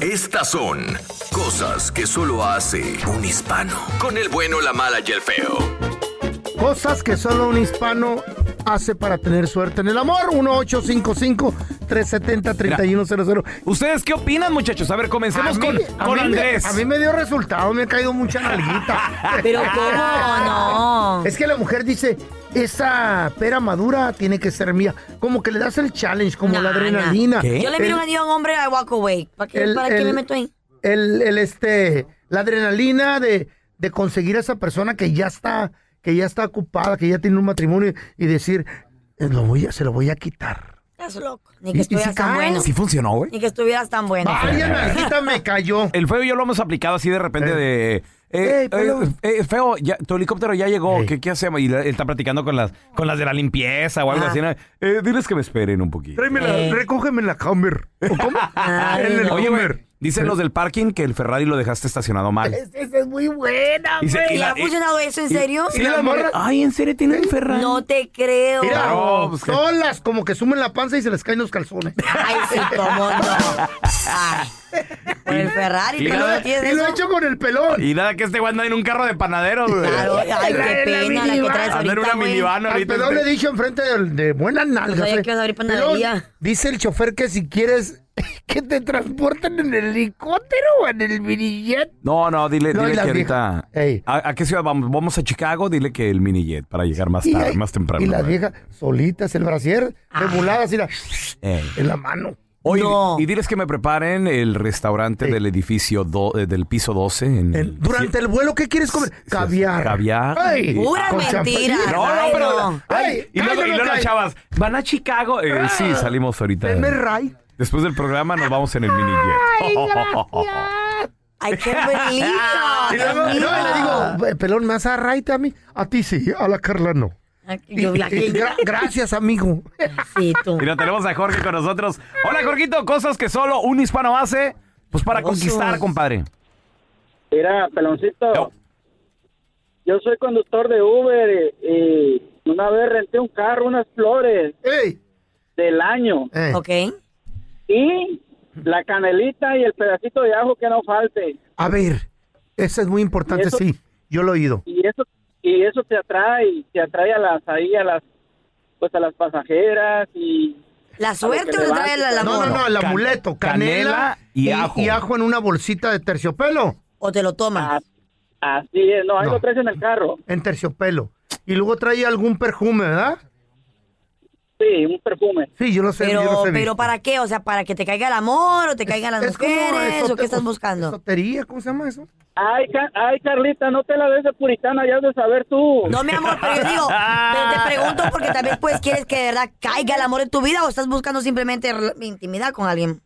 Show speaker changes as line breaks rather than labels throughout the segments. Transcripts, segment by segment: Estas son cosas que solo hace un hispano. Con el bueno, la mala y el feo.
Cosas que solo un hispano hace para tener suerte en el amor. 1-855-370-3100.
¿Ustedes qué opinan, muchachos? A ver, comencemos
A mí-
con,
a
con
mí me-
Andrés.
a mí me dio resultado, me ha caído mucha nalguita.
Pero ¿cómo no?
Es que la mujer dice, esa pera madura tiene que ser mía. Como que le das el challenge, como
Nah,
la adrenalina.
nah. ¿Qué?
Yo le miro
El-
venir a un hombre a walk away. ¿Para qué,
el-
para qué me
el-
meto ahí?
El, el, este, la adrenalina de, de conseguir a esa persona que ya está, que ya está ocupada, que ya tiene un matrimonio y decir, "Eh, lo voy a- se lo voy a quitar.
Estás loco. Ni
¿Y-
que
y
estuvieras
si
tan
caes?
bueno.
Sí funcionó, güey.
Ni que estuvieras tan bueno.
Vaya nalguita me cayó.
El feo y yo lo hemos aplicado así de repente
Eh.
de... eh,
Ey, pelo.
eh, eh, feo, ya, tu helicóptero ya llegó,
Ey.
¿qué, qué hacemos? Y la- él está platicando con las, con las de la limpieza o algo
Ah.
así. ¿no? Eh, diles que me esperen un poquito.
Tráeme la-
Eh.
recógeme la Hummer. ¿O cómo?
Ay,
En el
Oye, güey,
Hummer.
dicen los del parking que el Ferrari lo dejaste estacionado mal.
Es- Esa es muy buena,
Y se-
güey.
¿Y
la-
ha funcionado eso en serio?
y las morras-
Ay, ¿en serio tiene un Ferrari?
No te creo.
Mira,
No, pues que-
solas, como que sumen la panza y se les caen los calzones.
Ay, sí, cómo no. Ay, Por el Ferrari,
Y
pero
lo-
no tienes
y lo he
eso.
hecho con el pelón.
Y nada que este güey anda en un carro de panadero, güey.
Claro, ay,
La-
qué
la
pena la que
minivan.
traes
Anda en
ahorita,
una
güey.
minivan
Al
ahorita.
pelón le dije enfrente de, de buenas nalgas.
sabía
eh.
que ibas a abrir
Pelón,
panadería.
dice el chofer que si quieres que te transporten en el helicóptero o en el minijet.
No, no, dile,
No, y
dile que
las
ahorita.
viejas. Ey.
¿a, a qué ciudad vamos? Vamos a Chicago, dile que el minijet para llegar más
Y
tarde,
ahí-
más temprano.
Y las
güey.
viejas solitas, el brasier,
Ah.
remuladas y la,
Ey.
en la mano.
Oye,
No.
y diles que me preparen el restaurante
Sí.
del edificio do- eh, del piso 12 en
En- durante el vuelo, ¿qué quieres comer?
sí,
Caviar.
caviar.
Ay,
Puras
con champán.
mentiras.
No, no,
Ay,
pero.
no.
Ay, y luego,
cállate,
y luego las
cállate.
chavas, van a Chicago. Eh, sí, salimos ahorita. Eh,
Denme right.
Después del programa nos vamos en el minijet.
Ay, gracias.
Ay, qué bonito.
Y luego, no, y le digo, "Eh, pelón, ¿me vas a right a mí? A ti sí, a la Carla no.
Ay, Yo vi
Y- y
aquí.
gra- gracias, amigo.
Sí, tú.
Y no tenemos a Jorge con nosotros. Hola, Jorgito, cosas que solo un hispano hace, pues para
Cosas.
conquistar, compadre.
Mira, peloncito,
No.
yo soy conductor de Uber y, y una vez renté un carro, unas flores
Ey,
del año
eh.
Ok.
y la canelita y el pedacito de ajo que no falte.
A ver, eso es muy importante,
Eso-
sí. Yo lo he oído.
Y eso y eso te atrae, te atrae a las ahí a las pues a las pasajeras y
¿La suerte o le trae la- el
No,
No,
amor?
no, no, el
Can-
amuleto, canela,
canela y ajo.
Y ajo en una bolsita de terciopelo.
¿O te lo
a-
tomas?
Ah, así es, no, ahí
No.
lo traes en el carro.
En terciopelo. Y luego trae algún perfume, ¿verdad?
Sí, un perfume.
Sí, yo lo sé. yo
Pero,
los he
pero
visto.
¿para qué? O sea, ¿para que te caiga el amor o te caigan las
Es como
mujeres?
esote-
¿O qué estás buscando?
Esotería, ¿cómo se llama eso?
Ay, Ca- ay, Carlita, no te la des de puritana, ya has de saber tú.
No, mi amor, pero yo digo, pero te pregunto porque tal vez pues quieres que de verdad caiga el amor en tu vida o estás buscando simplemente rela- intimidad con alguien.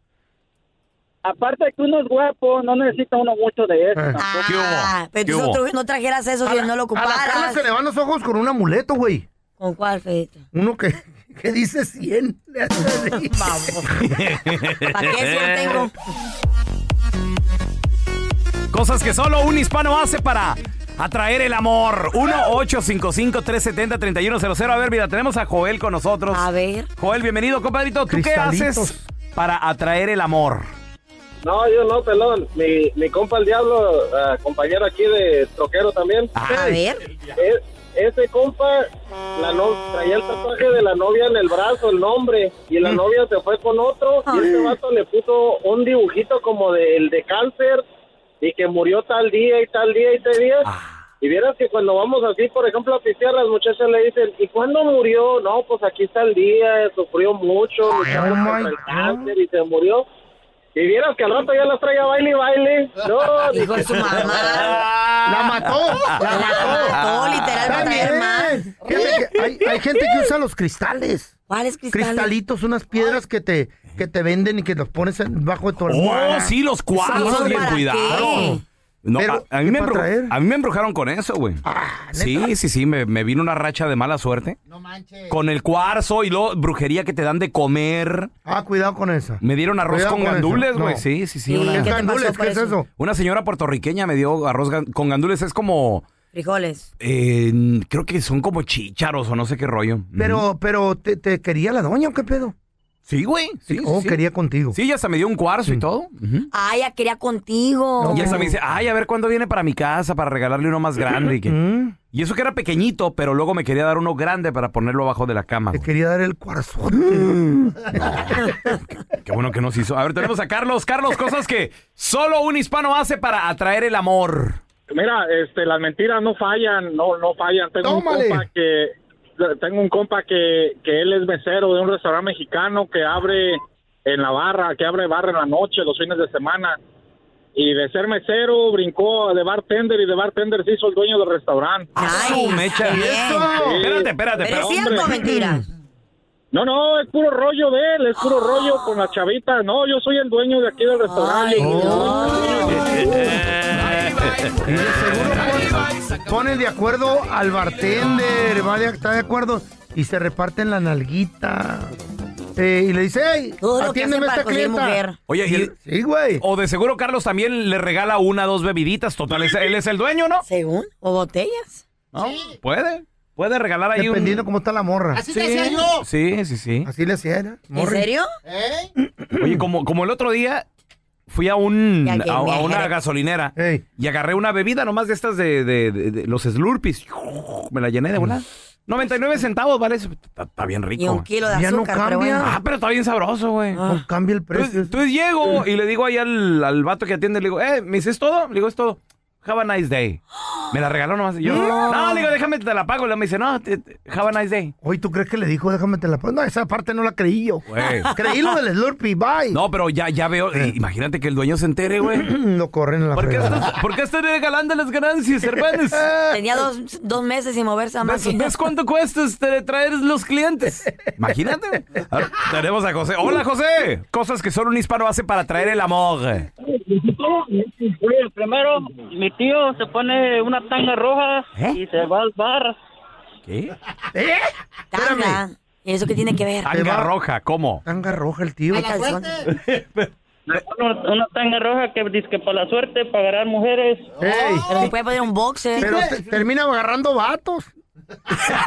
Aparte de que uno es guapo, no necesita uno mucho de eso.
Eh.
tampoco.
¿Qué hubo?
Ah, pero
¿Qué
tú no,
hubo?
tra- no trajeras eso
A
si
la-
no lo
A la Carla
ocuparas.
se le van los ojos con un amuleto, güey.
¿Con cuál, Fedita?
Uno que, que dice 100. le hace así.
¿Para qué si yo tengo?
Cosas que solo un hispano hace para atraer el amor. 1-855-370-3100. A ver, mira, tenemos a Joel con nosotros.
A ver.
Joel, bienvenido, compadrito. ¿Tú qué
Cristalitos.
haces para atraer el amor?
No, yo no, pelón. Mi, mi compa el diablo, ah, compañero aquí de troquero también.
A ver.
e- ese compa la no- traía el tatuaje de la novia en el brazo, el nombre, y
Mm.
la novia se fue con otro.
Ah.
Y ese vato le puso un dibujito como del de cáncer y que murió tal día y tal día y tal día.
Ah.
Y vieras que cuando vamos así, por ejemplo, a pistear, las muchachas le dicen, ¿y cuándo murió? No, pues aquí está el día, sufrió mucho,
Ah,
luchando
my
contra el
God.
cáncer y se murió. Y vieras que al rato ya las traía baile y baile. No,
Hijo de su mamá.
La mató, la mató.
Todo literal para
Está Ah,
traer
bien.
más.
Fíjate que hay, hay gente que usa los cristales.
¿Cuál es cristal?
Cristalitos, unas piedras que te, que te venden y que los pones en- bajo de tu
Oh,
almohada.
sí, los cuadros,
¿Esos
bien
para
cuidado.
qué?
No,
Pero,
a, a mí
¿qué
me
va a
embru-
traer? Ah,
a mí me embrujaron con eso, güey. sí, sí, sí, me, me vino una racha de mala suerte. Con el cuarzo y luego brujería que te dan de comer.
Ah, cuidado con esa.
Me dieron arroz
Cuidado
con
eso.
gandules, güey.
No.
Sí, sí, sí.
Sí,
una-
¿Qué
te
gandules?
pasó por
¿Qué es
eso?
eso?
Una señora puertorriqueña me dio arroz gan- con gandules. Es como.
Frijoles.
eh, creo que son como chícharos o no sé qué rollo. Ujú.
Pero, pero, ¿te, te quería la doña o qué pedo?
Sí, güey. Sí, sí,
oh,
sí.
quería contigo. Mm.
Sí, ya hasta me dio un cuarzo y todo. Ujú.
Ay, ya quería contigo.
Y hasta me dice, "Ah, ay, a ver cuándo viene para mi casa para regalarle uno más grande. Y, que-
Mm,
y eso que era pequeñito, pero luego me quería dar uno grande para ponerlo abajo de la cama.
Te
güey.
quería dar el
Mm.
corazón.
Qué bueno que nos hizo. A ver, tenemos a Carlos. Carlos, cosas que solo un hispano hace para atraer el amor.
Mira, este, las mentiras no fallan, no, no fallan. Tengo
Tómale.
un compa que tengo un compa que, que él es mesero de un restaurante mexicano que abre en la barra, que abre barra en la noche, los fines de semana. Y de ser mesero brincó de bartender y de bartender se hizo el dueño del restaurante.
Ay,
Ah, su mecha.
qué bien.
Sí.
Espérate, espérate,
Pero es
espérate.
cierto, o
hombre.
mentira. Ah.
No, no, es puro rollo de él, es puro rollo con la chavita. No, yo soy el dueño de aquí del restaurante.
Ay,
Y de seguro pon- ponen de acuerdo al bartender, va de, está de acuerdo, y se reparten la nalguita. Eh, y le dice, hey,
Todo lo que
atiéndeme a
hacen
esta
para conseguir mujer.
clienta.
Oye, y-
Sí, güey.
o de seguro Carlos también le regala una dos bebiditas. Total, es- él es el dueño, ¿no?
Según, o botellas.
¿No? Puede. Puede regalar ahí
Dependiendo
un...
cómo está la morra. Así,
Sí, sí, sí.
le hacía, ¿no?
¿En
Morri.
serio?
Oye, como, como el otro día fui a un
Ya que
a, a
me
una
agarré.
gasolinera
Ey.
y agarré una bebida nomás de estas de, de- de- de los Slurpees. Me la llené de una. 99 centavos, ¿vale? Eso Está, está bien rico.
Y un
güey.
kilo de
Ya
azúcar,
no
pero
cambia.
bueno.
Ah, pero está bien sabroso, güey.
Ah.
No cambia el precio.
Entonces, entonces llego y le digo ahí al, al vato que atiende, le digo, eh, ¿me dices todo? Le digo, es todo. Have a nice day. Me la regaló nomás. Y yo,
Mm.
no, le digo, déjame, te la pago. Y luego me dice, no, te- te- have a nice day.
Oye, ¿tú crees que le dijo, déjame te la pongo? No, esa parte no la creí yo.
Güey.
Creí lo del Slurpee, bye.
No, pero ya, ya veo, eh, imagínate que el dueño se entere, güey.
No corren a la
¿Por qué,
fregada.
estás, ¿Por qué estás regalando las ganancias, hermanos?
Tenía dos, dos meses sin moverse a más.
¿Ves, ves cuánto cuesta este, traer los clientes? Imagínate. A ver, tenemos a José. Hola, José. Cosas que solo un hispano hace para traer el amor.
Primero, mi tío se pone una tanga roja
¿Eh?
y se va al bar.
¿Qué?
¿Eh?
Tanga. ¿Y eso qué tiene que ver?
Tanga roja, ¿cómo?
Tanga roja el tío.
Ay, calzón.
Se pone una, una tanga roja que dice que para la suerte, para agarrar mujeres.
Ey,
Oh, Pero se puede poner un boxer.
pero te- termina agarrando vatos.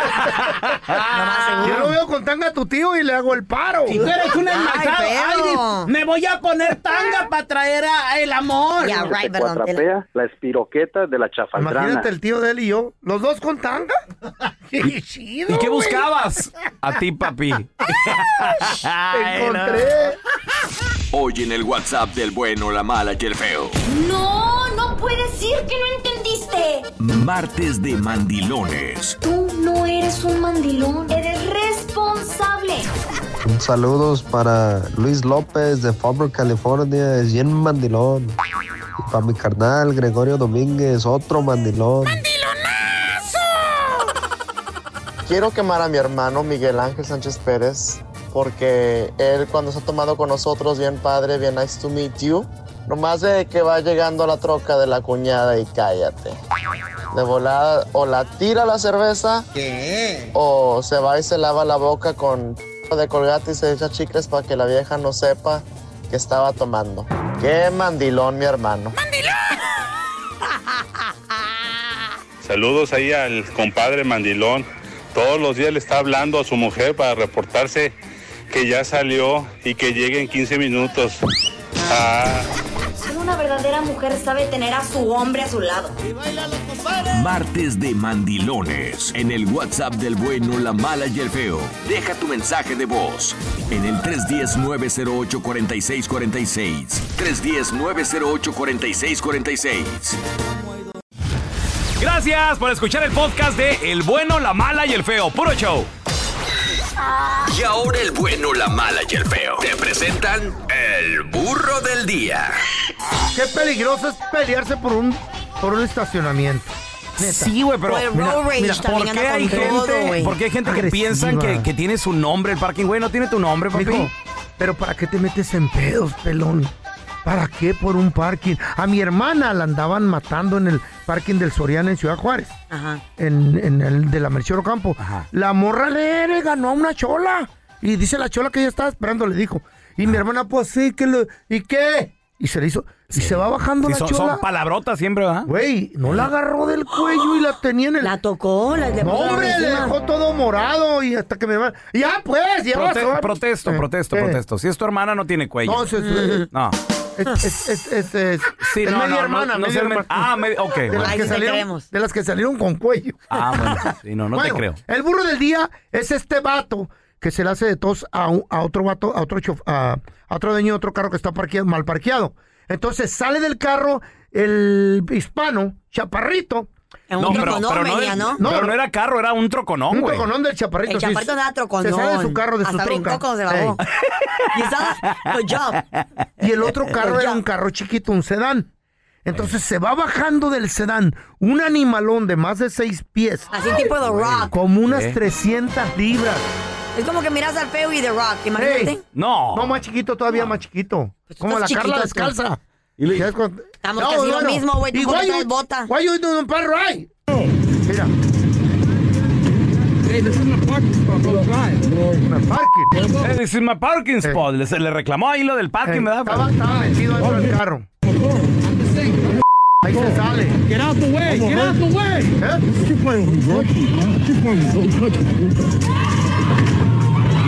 Ah. Yo lo veo con tanga a tu tío y le hago el paro.
eres un
enmascarado, Ay, Pedro. ay,
me voy a poner tanga para traer el amor.
Ya, right,
se
perdón. tela.
cuatrapea la espiroqueta de la chafaldrana.
Imagínate el tío de él y yo, los dos con tanga. ¡Qué chido!
¿Y qué
güey.
buscabas? A ti, papi. Ay, no.
Encontré.
Hoy en el WhatsApp del bueno, la mala y el feo.
No, no puedes decir que no entendiste.
Martes de mandilones.
Este, Tú no eres un mandilón, eres responsable.
Saludos para Luis López de Faber, California, es bien mandilón. Y para mi carnal Gregorio Domínguez, otro mandilón. ¡Mandilonazo! Quiero quemar a mi hermano Miguel Ángel Sánchez Pérez porque él cuando se ha tomado con nosotros, bien padre, bien nice to meet you, nomás de que va llegando a la troca de la cuñada y cállate. De volada, o la tira la cerveza o se va y se lava la boca con de colgate y se echa chicles para que la vieja no sepa que estaba tomando. Qué mandilón, mi hermano.
Saludos ahí al compadre Mandilón. Todos los días le está hablando a su mujer para reportarse que ya salió y que llegue en 15 minutos. Ah.
Solo una verdadera mujer sabe tener a su hombre a su lado.
Martes de mandilones. En el WhatsApp del bueno, la mala y el feo. Deja tu mensaje de voz. En el 310-908-4646. 310-908-4646.
Gracias por escuchar el podcast de El Bueno, la Mala y el Feo. Puro show.
Y ahora el bueno, la mala y el feo. Te presentan el burro del día.
Qué peligroso es pelearse por un, por un estacionamiento. Neta.
Sí, güey, pero.
O el road rage
¿por,
también
qué
anda
hay
con
gente,
todo, güey.
por qué hay gente que
Agresiva.
piensa que, que tiene su nombre el parking? Güey, no tiene tu nombre, papi.
Mijo, pero ¿para qué te metes en pedos, pelón? ¿Para qué por un parking? A mi hermana la andaban matando en el parking del Soriana en Ciudad Juárez.
Ajá.
En, en el de la Melchor Campo. La morra le le ganó a una chola. Y dice la chola que ella estaba esperando, le dijo. Y mi hermana, pues sí, que lo, ¿y qué? Y se le hizo. Y se va bajando
Sí,
la
son,
chola.
son palabrotas siempre, ¿verdad?
Güey, no la agarró del cuello y la tenía en el. La
tocó, la
No, hombre, le dejó todo morado y hasta que me va. Ya pues, ya
Prote-
vas a-
protesto,
Eh,
protesto,
eh.
protesto. Si es tu hermana, no tiene cuello.
No, si es-
No.
Es, es, es, es, es-
Sí,
es
no,
media
no,
hermana,
no, no
media
se me-
hermana.
Ah, media- ok,
Pues
De
bueno.
las,
Ahí
que
sí te
salieron,
creemos.
de las que salieron con cuello.
Ah, bueno. Sí, no, no
Bueno,
te creo.
El burro del día es este vato que se le hace de tos a, un- a otro vato, a otro, chof- a, a otro dueño de otro carro que está parqueado, mal parqueado. Entonces sale del carro el hispano, chaparrito.
No, pero, pero no, del- pero no era carro, era un troconón,
Un
güey.
troconón del chaparrito.
El
sí,
chaparrito nada troconón.
Se sale de su carro, de
Hasta
su
brincó
troca.
cuando se bajó.
Ey.
Y estaba, good job.
Eh,
Y el otro carro
Good
era
job.
un carro chiquito, un sedán. Entonces se va bajando del sedán un animalón de más de seis pies.
Así tipo The Rock.
Como unas
¿Eh?
300 libras.
Es como que miras al feo y The Rock, imagínate. Pues
Ey, no. No, más chiquito, todavía más chiquito. Como la
estás
Carla
chiquito, tú.
descalza. ¿Sabes cuánto?
Estamos casi lo mismo, güey, tú
¿Y
por
why
qué traes
you-
bota?
why you doing par right? Mira. Una parking.
Eh, this is my parking spot. Le- Se le reclamó ahí lo del parking, ¿verdad?
Eh, Estaba, estaba metido dentro del carro. Ahí se sale. ¿Eh? Get out the way,
get out
the way.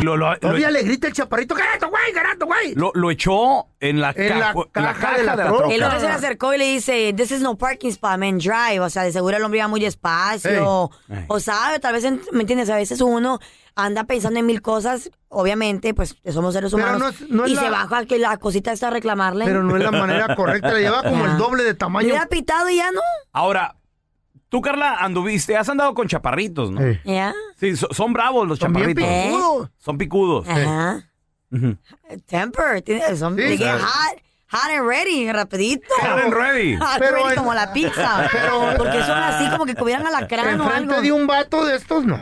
Lo, lo- lo-
Todavía le grita el chaparrito, get out the way, get out the way.
lo- lo echó en la,
En la
cajo-
caja de la
troca.
El hombre se le acercó y le dice, this is no parking spot, man, drive. O sea, de seguro el hombre iba muy despacio.
Ey. Ey.
O sabe, tal vez, en- ¿me entiendes? A veces uno anda pensando en mil cosas. Obviamente, pues, somos seres
Pero
humanos.
no es- no es
y
la-
se baja que la cosita está a reclamarle.
Pero no es la manera correcta, le lleva como
Ya.
el doble de
Le
tamaño.
hubiera pitado y ya no.
Ahora, tú, Carla, anduviste, has andado con chaparritos, ¿no? Sí,
Ya.
so- son bravos los
Son bien
chaparritos. ¿Eh?
picudos.
Son picudos.
Ajá.
Ujú.
Temper. tiene- Son,
Sí.
they get
Sí.
hot, hot and ready, rapidito.
Hot and ready.
Hot and
Pero
ready
en-
como la pizza.
pero-
Porque son así como que comieran alacrán o algo.
Enfrente de un vato de estos, no.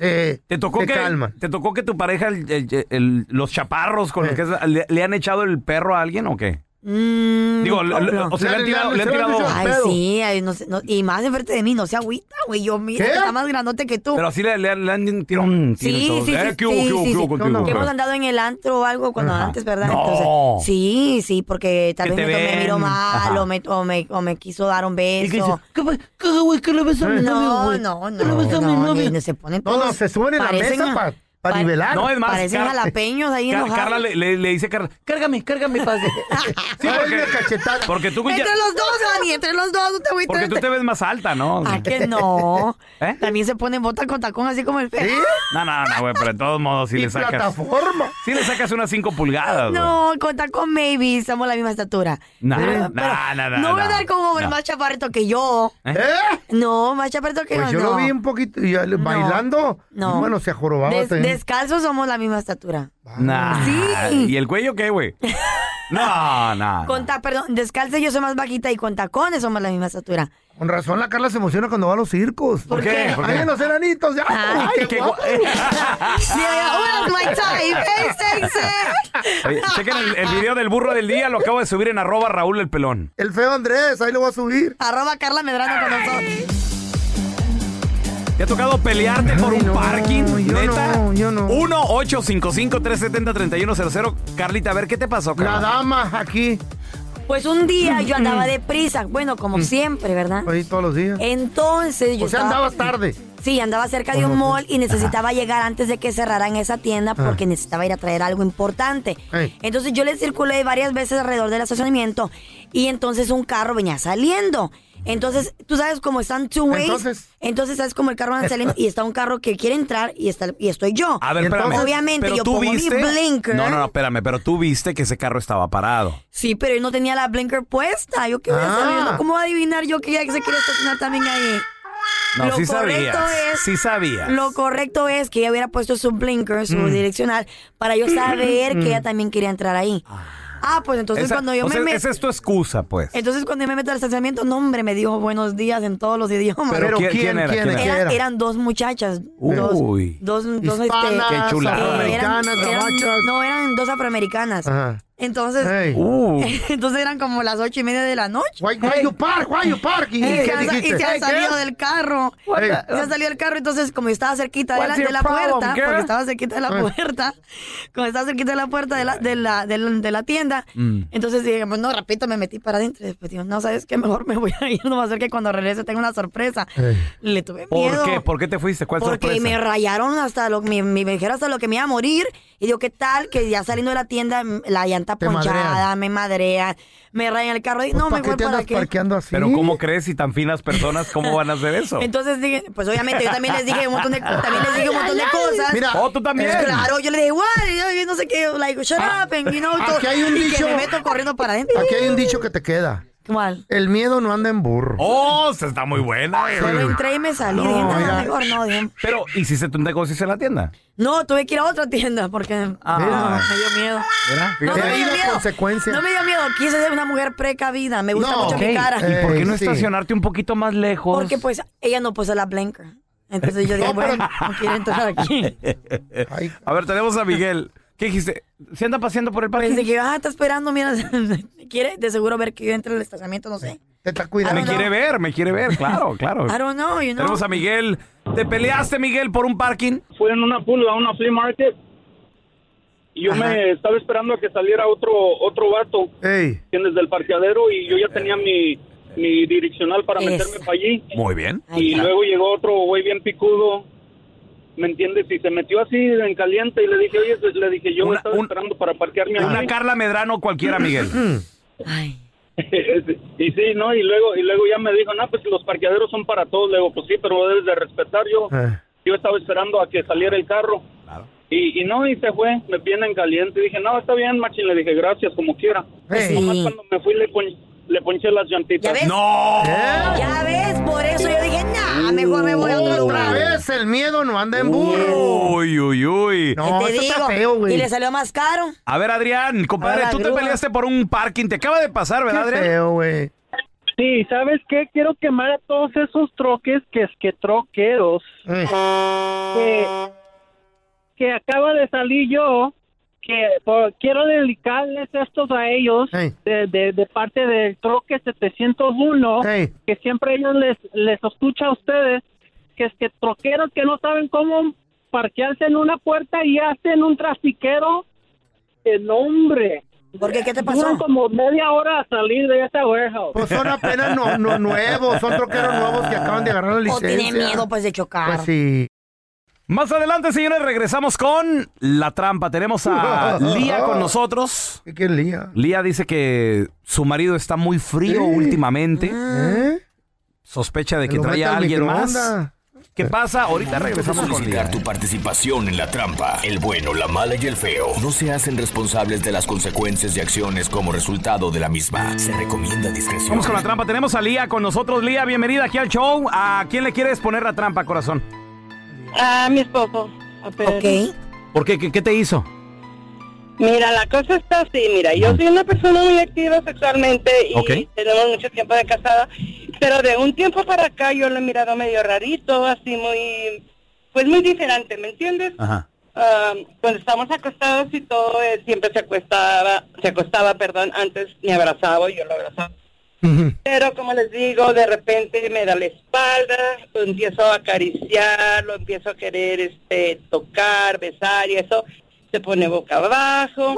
te tocó
se
que
calman.
te tocó que tu pareja el- el- el- los chaparros con los que es- le, le han echado el perro a alguien o qué?
Mm.
Digo, le- le- o sea, le han tirado, le han tirado.
Ay, sí, ay, no sé, no- y más enfrente de mí, no se agüita, güey. Yo mira
¿Qué?
que está más grandote que tú.
Pero así le, le- le han tirado un tiro y
Sí,
todo.
sí,
Eh,
sí,
¿qué hubo,
sí,
qué hubo,
sí,
qué
sí.
hubo contigo?
Que hemos
Pero-
andado en el antro o algo cuando antes, ¿verdad?
No.
Entonces, sí, sí, porque tal
Que
vez me,
te
me miró
ven.
mal
Ajá.
o me, o, me, o me quiso dar un beso.
dice? ¿Qué, güey? ¿Qué le ves
a mi novio, güey?
no,
¿Qué le ves a mi novio? se ponen
No, no,
todos-
se suben en la
parecen
mesa
a-
para
pa-
nivelar.
No, es más.
Parecen
Car-
jalapeños ahí
Car-
enojados.
Carla le, le- le dice a Carla, cárgame, cárgame, pase. sí, porque, porque tú con ya-
Entre los dos, Dani, entre los dos, no te voy
Porque tú te ves más alta, ¿no?
¿A que no?
¿Eh?
También se ponen botas con tacón así como el feo.
No, no, no, güey, pero de todos modos, si
Y
le sacas.
plataforma.
Si le sacas unas 5 pulgadas, güey.
No, con tacón maybe, somos la misma estatura.
Nah,
Pero-
nah,
pero
nah, nah,
no voy a
nah.
dar como hombre
No.
más chaparrito que yo.
¿Eh?
No, más chaparrito que
Pues yo
no.
lo vi un poquito y ya le- bailando.
no.
Bueno, se jorobaba.
Des-
también.
descalzos somos la misma estatura.
Nah.
Sí.
¿Y el cuello qué, güey? No, no.
Con ta- perdón, descalza yo soy más bajita y con tacones somos la misma estatura.
Con razón la Carla se emociona cuando va a los circos. ¿Por
qué? ¿Por qué?
Ay, los enanitos, ya.
Ay,
Ay, qué guapo.
Well, oh, my time, eh, sexy.
Oye, chequen el, el video del burro del día, lo acabo de subir en arroba Raúl el pelón.
El feo Andrés, ahí lo voy a subir.
Arroba Carla Medrano con nosotros.
¿Te ha tocado pelearte por un parking? ¿Neta?
no, yo no.
1-855-370-3100. Carlita, a ver, ¿qué te pasó, Carla?
La dama aquí.
Pues un día yo andaba deprisa, bueno,
Mm.
como siempre, ¿verdad?
Ahí todos los días.
Entonces yo
O sea,
estaba-
andabas tarde.
Sí, andaba cerca de
Ojo,
un
pues.
mall y necesitaba llegar antes de que cerraran esa tienda
Ajá.
porque necesitaba ir a traer algo importante.
Ey.
Entonces yo le circulé varias veces alrededor del estacionamiento y entonces un carro venía saliendo. Entonces, tú sabes cómo están two ways.
Entonces.
Entonces, sabes cómo el carro va saliendo y está un carro que quiere entrar y está y estoy yo.
A ver, espérame.
obviamente
¿Pero
yo
tú
pongo
viste?
mi blinker.
No, no, no, espérame, pero tú viste que ese carro estaba parado.
Sí, pero él no tenía la blinker puesta. Yo qué voy a
Ah.
saber, ¿no? ¿Cómo voy a adivinar yo que ya se quiere estacionar también ahí?
No,
Lo
sí
correcto
sabías.
es-
Sí sabías.
Lo correcto es que ella hubiera puesto su blinker, su
Mm.
direccional, para yo saber
Mm.
que ella también quería entrar ahí. Ah, pues entonces
Esa-
cuando yo
o
me
sea,
meto.
Esa es tu excusa, pues.
Entonces cuando yo me meto al estacionamiento, no hombre, me dijo buenos días en todos los idiomas.
Pero ¿quién- quién era, quién era?
Eran, eran dos muchachas.
Uy.
Dos, dos,
Hispanas,
este,
Qué chulada.
eran-
afroamericanas,
eran-
gabachas.
No, eran dos afroamericanas.
Ajá.
Entonces,
Hey. Uh.
entonces eran como las ocho y media de la noche.
Why- why you park? Why you park?
Y,
¿Y
se
qué
ha, y
dijiste?
se ha
Hey,
salido
girl.
del carro.
What
Se
the- uh.
ha salido del carro, entonces como estaba cerquita de la,
What's your
de la
problem,
puerta,
girl?
porque estaba cerquita de la
Ah.
puerta, como estaba cerquita de la puerta de la, de la, de la, de la tienda,
Mm.
entonces dije, pues no, repito, me metí para adentro. Después digo, no, ¿sabes qué? Mejor me voy a ir, no va a ser que cuando regrese tenga una sorpresa. Le tuve
¿Por
miedo.
qué? ¿Por qué te fuiste? ¿Cuál
Porque
sorpresa?
me rayaron hasta lo me, me me dijeron hasta lo que me iba a morir. Y digo, ¿qué tal? Que ya saliendo de la tienda, m- la llanta
Te
ponchada,
madrean.
me madrean, me rayan el carro. Y
Pues
no, mejor para qué.
Pero ¿cómo crees si tan finas personas, cómo van a hacer eso?
Entonces dije, pues obviamente yo también les dije un montón de, también les dije un montón de cosas.
Mira, oh, tú también.
Claro, yo le dije, igual, yo, yo no sé qué, like, shut up, and, you know, todo.
aquí hay un
y
dicho-
que me meto corriendo para adentro.
Aquí hay un dicho que te queda.
¿Cuál?
El miedo no anda en burro.
¡Oh! Se está muy buena.
Solo entré y me salí, dije, no, mejor no, dije,
Pero, ¿hiciste un negocio en la tienda?
No, tuve que ir a otra tienda porque
Ah.
no, me dio miedo.
¿Era?
No, no me dio miedo.
consecuencia.
No me dio miedo. Quise ser una mujer precavida. Me gusta mucho mi cara.
¿Y por qué no
Eh, sí.
estacionarte un poquito más lejos?
Porque pues ella no puso la blinker. Entonces yo digo, bueno, no quiere entrar aquí.
A ver, tenemos a Miguel. ¿Qué dijiste? ¿Se anda paseando por el parque?
Pensé que, ah, está esperando, mira, quiere de seguro ver que yo entre al estacionamiento, no sé.
Te está
Me quiere ver, me quiere ver, claro, claro.
I don't know, you know.
Tenemos a Miguel. ¿Te peleaste, Miguel, por un parking?
Fui en una pool, a una flea market. Y yo me estaba esperando a que saliera otro otro vato. Tienes del parqueadero y yo ya tenía mi, mi direccional para meterme para allí.
Muy bien.
Y luego llegó otro güey bien picudo. ¿Me entiendes? Y se metió así en caliente y le dije, oye, pues", le dije, yo estaba esperando para parquearme
Una
aquí.
Carla Medrano cualquiera, Miguel.
y sí, ¿no? Y luego, y luego ya me dijo, no, pues los parqueaderos son para todos. Le digo, pues sí, pero lo debes de respetar. Yo,
eh.
yo estaba esperando a que saliera el carro. Y, y no, y se fue. Me viene en caliente. Dije, no, está bien, machín. Le dije, gracias, como quiera. Nomás cuando me fui, le, pon- le ponché las llantitas.
¡No!
Ya ves, por eso yo dije, nah, mejor me voy a otro
oh,
Otra
lugar.
vez el miedo no anda en burro.
Uy, uy, uy.
No,
Te
esto
digo,
está feo, güey.
y le salió más caro.
A ver, Adrián, compadre,
Ahora,
tú te
grúa.
peleaste por un parking. Te acaba de pasar, ¿verdad, Adrián?
güey.
Sí, ¿sabes qué? Quiero quemar a todos esos troques que es que troqueros. Que, que acaba de salir yo, que por- quiero dedicarles estos a ellos de, de- de parte del troque 701, que siempre ellos les, les escucha a ustedes, que es que troqueros que no saben cómo parquearse en una puerta y hacen un trafiquero eh, de nombre.
¿Por qué? ¿Qué te pasó?
como media hora a salir de esa warehouse.
Pues son apenas no, no- nuevos, son troqueros nuevos que acaban de agarrar la
O
licencia.
tiene miedo, pues, de chocar.
Pues sí.
Más adelante, señores, regresamos con La Trampa. Tenemos a Ah, Lía con nosotros.
Oh. ¿Qué es Lía?
Lía dice que su marido está muy frío últimamente. Sospecha de que
¿Eh? lo
trae
mete
a
al
alguien más.
microondas.
¿Qué pasa? Ahorita regresamos con Lía. ¿eh?
Solicitar tu participación en la trampa. El bueno, la mala y el feo no se hacen responsables de las consecuencias y acciones como resultado de la misma. Se recomienda discreción.
Vamos con la trampa. Tenemos a Lía con nosotros. Lía, bienvenida aquí al show. ¿A quién le quieres poner la trampa, corazón?
Ah, mi esposo. a Pedro.
¿Por qué? ¿Qué, qué te hizo?
Mira, la cosa está así, mira, yo soy una persona muy activa sexualmente y
Ok.
tenemos mucho tiempo de casada, pero de un tiempo para acá yo lo he mirado medio rarito, así muy, pues muy diferente, ¿me entiendes?
Ajá.
Ah, cuando estamos acostados y todo, él siempre se acostaba, se acostaba, perdón, antes me abrazaba y yo lo abrazaba. Pero como les digo, de repente me da la espalda, lo empiezo a acariciar, lo empiezo a querer este, tocar, besar y eso. Se pone boca abajo.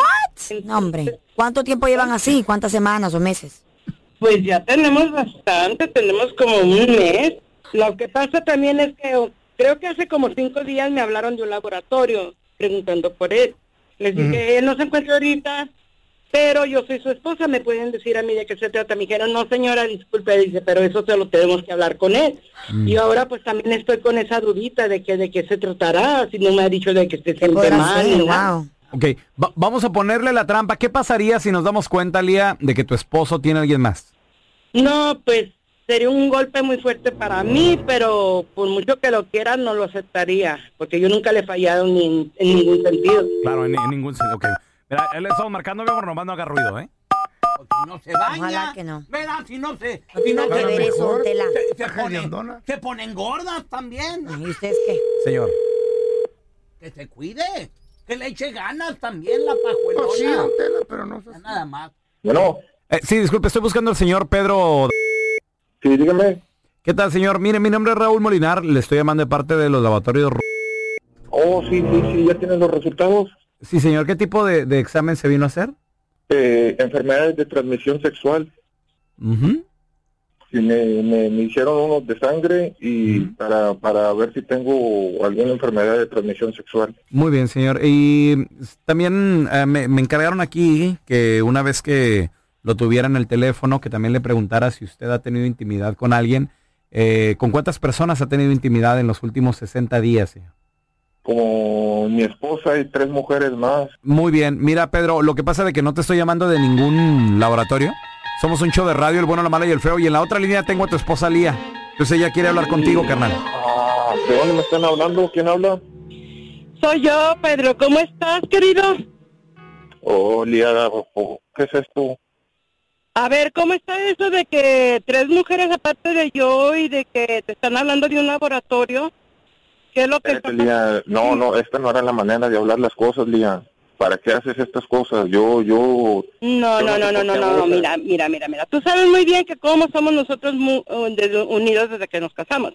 No, hombre. ¿Cuánto tiempo llevan así? ¿Cuántas semanas o meses?
Pues ya tenemos bastante, tenemos como un mes. Lo que pasa también es que oh, creo que hace como cinco días me hablaron de un laboratorio preguntando por él. Les dije, él no se encuentra ahorita, pero yo soy su esposa, me pueden decir a mí de qué se trata. Me dijeron, no señora, disculpe, dice, pero eso se lo tenemos que hablar con él. Y ahora pues también estoy con esa dudita de que de qué se tratará, si no me ha dicho de que se siente
podrá
mal.
ser?
ni nada.
Ok, va- vamos a ponerle la trampa. ¿Qué pasaría si nos damos cuenta, Lía, de que tu esposo tiene a alguien más?
No, pues sería un golpe muy fuerte para mí, pero por mucho que lo quiera no lo aceptaría, porque yo nunca le he fallado ni en, en ningún sentido.
Claro, en, en ningún sentido. Ok. Mira, él le estamos marcando, mi amor, nomás no haga ruido, ¿eh?
No se baña.
Ojalá que no.
Verás, si no se.
No
si
tiene
no
que
se-
ver eso,
mejor
Tela.
Se, se ponen, se ponen gordas también.
¿Y ustedes qué?
Señor.
Que se cuide. Que le eche ganas también la pajuelona.
Pues sí, don pero no
Nada más.
Bueno. Eh, sí, disculpe, estoy buscando al señor Pedro. Sí, dígame. ¿Qué tal, señor? Mire, mi nombre es Raúl Molinar, le estoy llamando de parte de los laboratorios.
Oh, sí, sí, sí, ya tienen los resultados.
Sí, señor, ¿qué tipo de, de examen se vino a hacer?
Eh, enfermedades de transmisión sexual. Sí, me, me- me hicieron unos de sangre y para, para ver si tengo alguna enfermedad de transmisión sexual.
Muy bien, señor. Y también eh, me, me encargaron aquí que una vez que lo tuviera en el teléfono, que también le preguntara si usted ha tenido intimidad con alguien. eh, ¿Con cuántas personas ha tenido intimidad en los últimos 60 días, señor?
Como mi esposa y tres mujeres más.
Muy bien. Mira, Pedro, lo que pasa de que no te estoy llamando de ningún laboratorio. Somos un show de radio, el bueno, la mala y el feo. Y en la otra línea tengo a tu esposa Lía. Entonces ella quiere hablar contigo, carnal.
Ah, ¿De dónde me están hablando? ¿Quién habla?
Soy yo, Pedro. ¿Cómo estás, querido?
Oh, Lía, oh, ¿qué es esto?
A ver, ¿cómo está eso de que tres mujeres aparte de yo y de que te están hablando de un laboratorio? ¿Qué es lo que...
Espérate, Lía, no, no, esta no era la manera de hablar las cosas, Lía. ¿Para qué haces estas cosas? Yo, yo...
No,
yo
no,
sé
no, no,
por
no,
qué
no, no,
abusas.
mira, mira, mira, mira. Tú sabes muy bien que cómo somos nosotros mu- un- desde- unidos desde que nos casamos.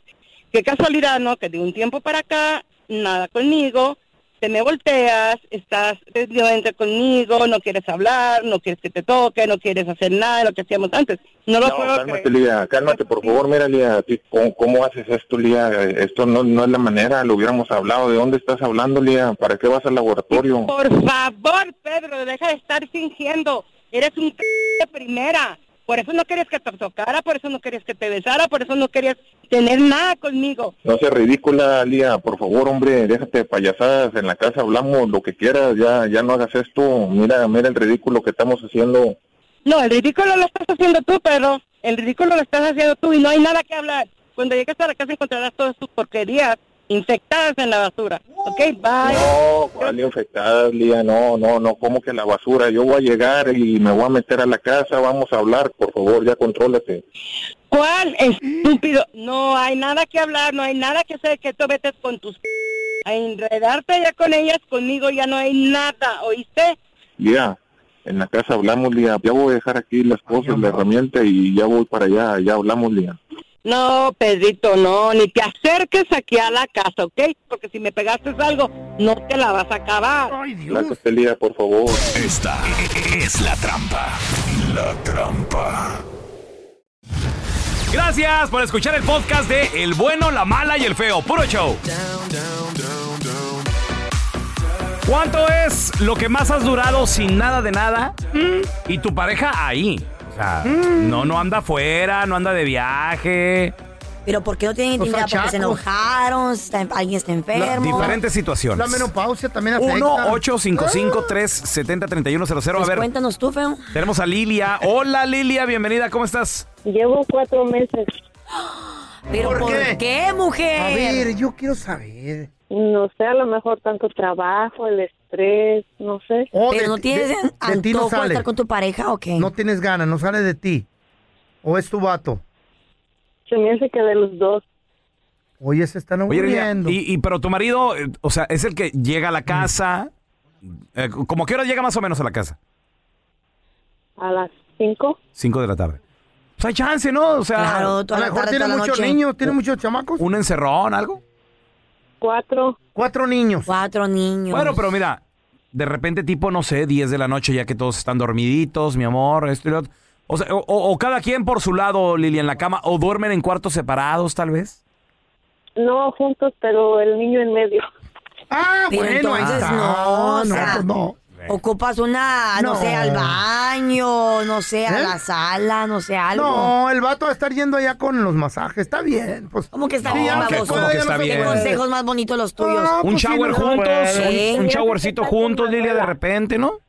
Qué casualidad, ¿no? Que de un tiempo para acá, nada conmigo, te me volteas, estás desde conmigo, no quieres hablar, no quieres que te toque, no quieres hacer nada de lo que hacíamos antes. No lo
No,
puedo creer.
cálmate, Lía, cálmate, por favor, mira, Lía, ti- ¿cómo, cómo haces esto, Lía? Esto no, no es la manera, lo hubiéramos hablado. ¿De dónde estás hablando, Lía? ¿Para qué vas al laboratorio?
Por favor, Pedro, deja de estar fingiendo. Eres un c de primera. Por eso no querías que te tocara, por eso no querías que te besara, por eso no querías tener nada conmigo.
No seas ridícula, Lía, por favor, hombre, déjate de payasadas, en la casa hablamos lo que quieras, ya, ya no hagas esto, mira, mira el ridículo que estamos haciendo.
No, el ridículo lo estás haciendo tú, Pedro. El ridículo lo estás haciendo tú y no hay nada que hablar. Cuando llegues a la casa encontrarás todas tus porquerías infectadas en la basura. ¿Ok? Bye.
No, cuál infectada, Lía, no, no, no, como que la basura, yo voy a llegar y me voy a meter a la casa, vamos a hablar, por favor, ya contrólate.
¿Cuál estúpido? No hay nada que hablar, no hay nada que hacer, que tú vete con tus... A enredarte ya con ellas, conmigo ya no hay nada, ¿oíste?
Lía, en la casa hablamos, Lía, ya voy a dejar aquí las cosas, la herramienta y ya voy para allá, ya hablamos, Lía.
No, Pedrito, no, ni te acerques aquí a la casa, ¿ok? Porque si me pegaste algo, no te la vas a acabar.
Lárgate, Lía, por favor.
Esta es la trampa. La trampa.
Gracias por escuchar el podcast de El bueno, la mala y el feo. Puro show. ¿Cuánto es lo que más has durado sin nada de nada?
Mm.
Y tu pareja ahí. O sea, no, no anda afuera, no anda de viaje. Pues
Pero ¿por qué no tienen intimidad? Porque se
achacos.
enojaron, está- alguien está enfermo.
Diferentes situaciones.
La menopausia también afecta.
1-855-370-3100. A
Pues
ver,
cuéntanos tú, feo.
tenemos a Lilia. Hola Lilia, bienvenida, ¿cómo estás?
Llevo cuatro meses.
¿Pero por, qué? mujer?
A ver, yo quiero saber.
No sé, a lo mejor tanto trabajo, el estrés, no sé.
Oh,
¿Pero no tienes antojo de estar con tu pareja o qué?
No tienes ganas, no sale de ti. ¿O es tu vato?
Se me hace que de los dos.
Oye, se están
Oye, Lilia,
aburriendo.
y, y- pero tu marido, eh, o sea, es el que llega a la casa. eh, ¿Cómo qué hora llega más o menos a la casa?
A las cinco.
5 de la tarde. Pues hay chance, ¿no? O sea,
Claro, toda A la lo mejor tarde, tiene toda la muchos noche. niños, tiene muchos chamacos.
¿Un encerrón, algo?
Cuatro.
Cuatro niños.
Cuatro niños.
Bueno, pero mira, de repente tipo, no sé, 10 de la noche ya que todos están dormiditos, mi amor, esto y lo otro. O, sea, o- o- o cada quien por su lado, Lilia, en la cama, o duermen en cuartos separados, tal vez.
No juntos, pero el niño en medio.
Ah,
Pero entonces no, o sea, ocupas una, no,
pues No.
sé, al baño, no sé, a
¿Eh?
la sala, no sé, algo.
No, el vato va a estar yendo allá con los masajes, está bien. Pues,
¿Cómo que está
Sí,
bien,
aunque
baboso?
pueda,
que
ya
está
no se Ah, pues
bien?
¿Qué
puede.
consejos más bonitos los tuyos?
un shower juntos,
Sí.
un, un showercito juntos, Lilia, de repente, ¿no?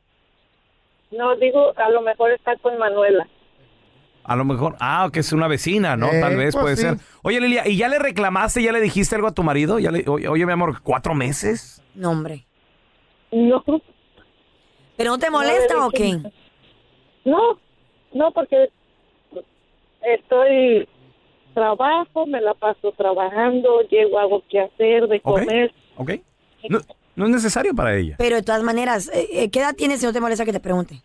No, digo, a lo mejor está con Manuela.
A lo mejor, ah, que es una vecina, ¿no?
Eh,
Tal vez
pues
puede
sí.
ser. Oye, Lilia, ¿y ya le reclamaste, ya le dijiste algo a tu marido? ¿Ya le- oye, oye, mi amor, ¿cuatro meses?
No, hombre.
No.
¿Pero no te molesta
No,
o qué?
No, no, porque estoy trabajo, me la paso trabajando, llego, hago qué hacer, de comer.
¿Ok? No, No es necesario para ella.
Pero de todas maneras, eh, eh, ¿qué edad tienes si no te molesta que te pregunte?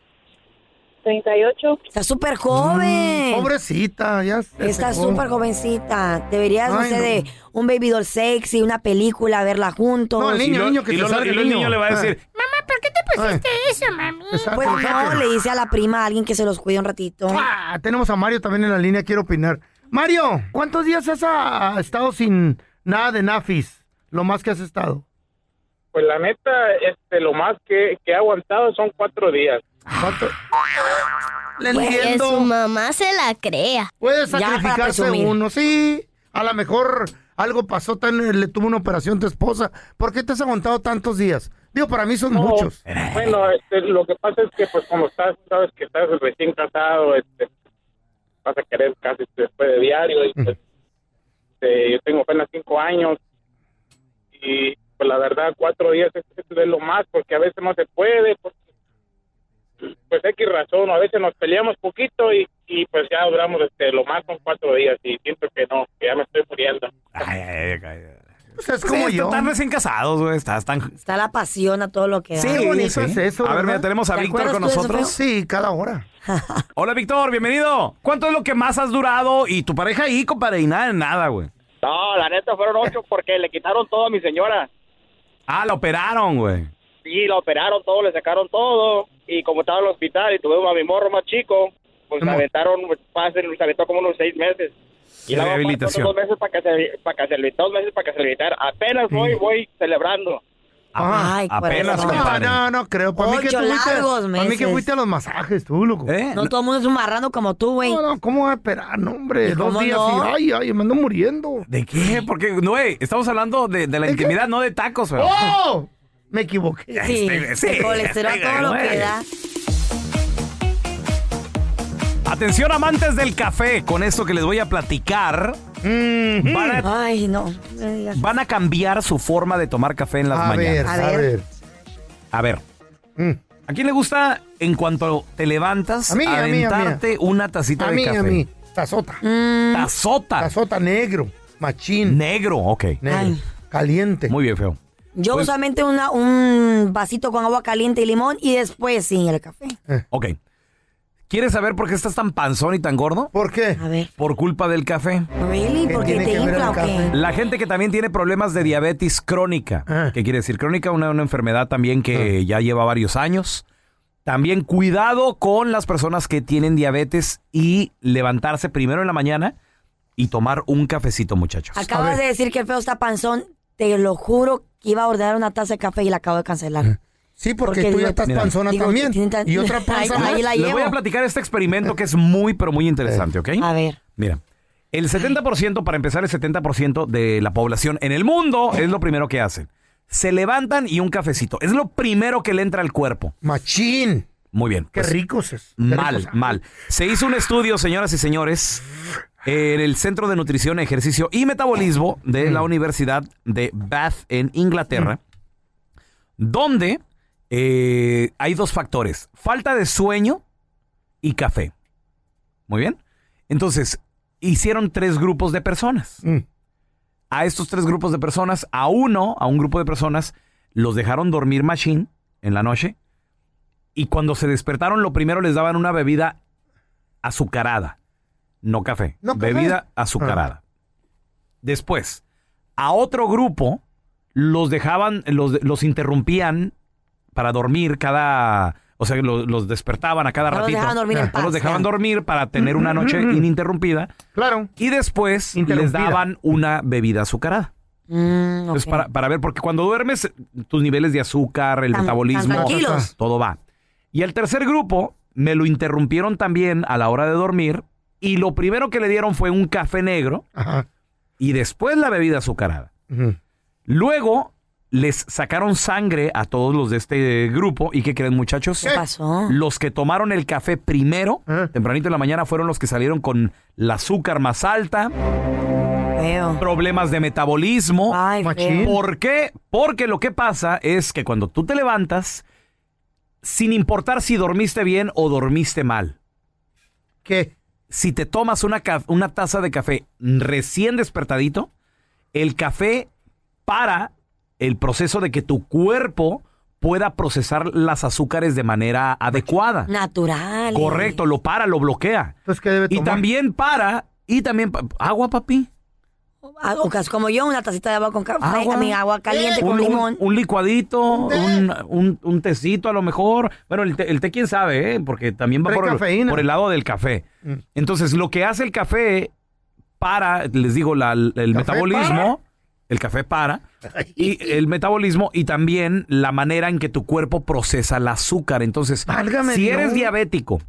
38.
Está súper joven.
Mm, pobrecita, ya. se
Está
secó.
súper jovencita. Deberías, no
Ay,
sé,
no.
de un baby doll sexy, una película, verla juntos.
y lo- y lo- y lo- el niño le
Ah.
va a decir,
Mamá, ¿por qué te pusiste eso, mami?
Exacto,
Pues no,
exacto.
le dice a la prima a alguien que se los cuide un ratito.
Ah, tenemos a Mario también en la línea, quiero opinar. Mario, ¿cuántos días has ah, estado sin nada de Nafis? Lo más que has estado.
Pues la neta, este, lo más que, que he aguantado son cuatro días.
Le
Pues que
entiendo.
su mamá se la crea.
Puede sacrificarse uno, sí. A lo mejor algo pasó, tan, eh, le tuvo una operación tu esposa. ¿Por qué te has aguantado tantos días? Digo, para mí son muchos.
Bueno, este, lo que pasa es que pues como estás, sabes que estás recién casado, este, vas a querer casi después de diario. Y, pues, este, yo tengo apenas cinco años y pues la verdad cuatro días es, es lo más porque a veces no se puede. Porque, pues X razón, a veces nos peleamos poquito y, y pues ya duramos este, lo más son cuatro días y siento que no, que ya me estoy muriendo.
Ay, ay, ay, ay.
es
como yo. Están recién casados, güey. Estás tan.
Está la pasión a todo lo que da.
A ver, mira, tenemos a
¿Te
Víctor con
acuerdas tú de eso,
nosotros.
feo?
Sí, cada hora.
Hola, Víctor, bienvenido. ¿Cuánto es lo que más has durado? Y tu pareja ahí, compadre, y nada, nada, güey.
No, la neta fueron ocho porque le quitaron todo a mi señora.
Ah, la operaron, güey.
Sí, la operaron todo, le sacaron todo. Y como estaba en el hospital y tuvimos a mi morro más chico, pues se
Amor.
aventaron, pase, se aventó como unos seis meses. Y la
Rehabilitación.
dos meses para que se, para que se le- dos meses para que se le quitara. Apenas
Mm.
hoy voy celebrando.
Ay,
apenas,
no,
compadre.
no, no creo. Para mí, que
Ocho
tú fuiste,
largos
para mí que
meses.
fuiste a los masajes, tú, loco.
Eh, No todo el mundo es un marrano como tú, güey. No,
no, ¿cómo va a esperar, no, hombre?
¿Y
Dos
cómo
días
no?
y ay, ay, me ando muriendo.
¿De qué? Porque, no, güey, estamos hablando de, de la intimidad, no de tacos, güey.
¡Oh! Me equivoqué.
Sí, sí, el colesterol, este todo lo güey. que da. Atención, amantes del café, con esto que les voy a platicar.
Mm.
Van a
Ay, no. me digas.
Van a cambiar su forma de tomar café en las
A ver,
mañanas.
a ver. A ver.
A ver. ¿A quién le gusta en cuanto te levantas
Mm. A mí, a mí, a mí.
aventarte una tacita
A
de
mí,
café?
a mí. Tazota.
Mm.
Tazota.
Tazota negro. Machín.
Negro, ok.
Negro. Caliente.
Muy bien, feo.
Yo
Pues-
usualmente una, un vasito con agua caliente y limón y después sí, el café.
Eh.
Ok. ¿Quieres saber por qué estás tan panzón y tan gordo?
¿Por qué?
A ver.
Por culpa del café.
Really? ¿Por qué te infla o qué?
La gente que también tiene problemas de diabetes crónica.
Ah.
¿Qué quiere decir? Crónica, una, una enfermedad también que ya lleva varios años. También cuidado con las personas que tienen diabetes y levantarse primero en la mañana y tomar un cafecito, muchachos.
Acabas de decir que el feo está panzón. Te lo juro que iba a ordenar una taza de café y la acabo de cancelar.
Sí, porque tú ya estás panzona también. Y otra panza
ahí,
más. Eh.
ahí la
Les
llevo.
voy a platicar este experimento que es muy, pero muy interesante, ¿ok?
A ver.
Mira, el 70%, para empezar, el 70% de la población en el mundo es lo primero que hacen. Se levantan y un cafecito. Es lo primero que le entra al cuerpo.
Machín.
Muy bien.
Qué
pues,
ricos es. qué
Mal,
ricos.
mal. Se hizo un estudio, señoras y señores, en el Centro de Nutrición, Ejercicio y Metabolismo de
Mm.
la Universidad de Bath en Inglaterra, donde eh, hay dos factores, falta de sueño y café. Muy bien. Entonces, hicieron tres grupos de personas.
Mm.
A estos tres grupos de personas, a uno, a un grupo de personas, los dejaron dormir machine en la noche y cuando se despertaron, lo primero les daban una bebida azucarada. No café.
No café. Ah.
Bebida azucarada. Después, a otro grupo los dejaban, los, los interrumpían para dormir cada. O sea, lo- los, despertaban a cada
No los
ratito.
dejaban dormir en
No
paz,
los dejaban
ya.
dormir para tener una noche
Mm, mm, mm.
ininterrumpida.
Claro.
Y después les
Interrumpida.
daban una bebida azucarada. Entonces, para, para ver, porque cuando duermes, tus niveles de azúcar, el
Tan-
metabolismo,
tan tranquilos.
todo va. Y el tercer grupo, me lo interrumpieron también a la hora de dormir, y lo primero que le dieron fue un café negro, y después la bebida azucarada. Luego, les sacaron sangre a todos los de este grupo, y ¿qué creen, muchachos?
¿Qué pasó?
Los que tomaron el café primero, tempranito en la mañana, fueron los que salieron con el azúcar más alta, problemas de metabolismo.
Machín.
¿Por qué? Porque lo que pasa es que cuando tú te levantas, sin importar si dormiste bien o dormiste mal.
¿Qué?
Si te tomas una, ca- una taza de café recién despertadito, el café para el proceso de que tu cuerpo pueda procesar las azúcares de manera adecuada.
Natural. ¿eh?
Correcto, lo para, lo bloquea. Y también para, y también pa- agua, papi.
Ah, o cas- como yo, una tacita de agua con café, a mi agua caliente
un,
con
un-
limón.
un licuadito, un, un- un tecito a lo mejor. Bueno, el té, el té quién sabe, ¿eh? porque también va
Trae
por el,
cafeína. Mm.
por el lado del café. Entonces, lo que hace el café para, les digo, la- el metabolismo. El café para. Y el metabolismo y también la manera en que tu cuerpo procesa el azúcar. Entonces,
Válgame
si
Dios.
eres diabético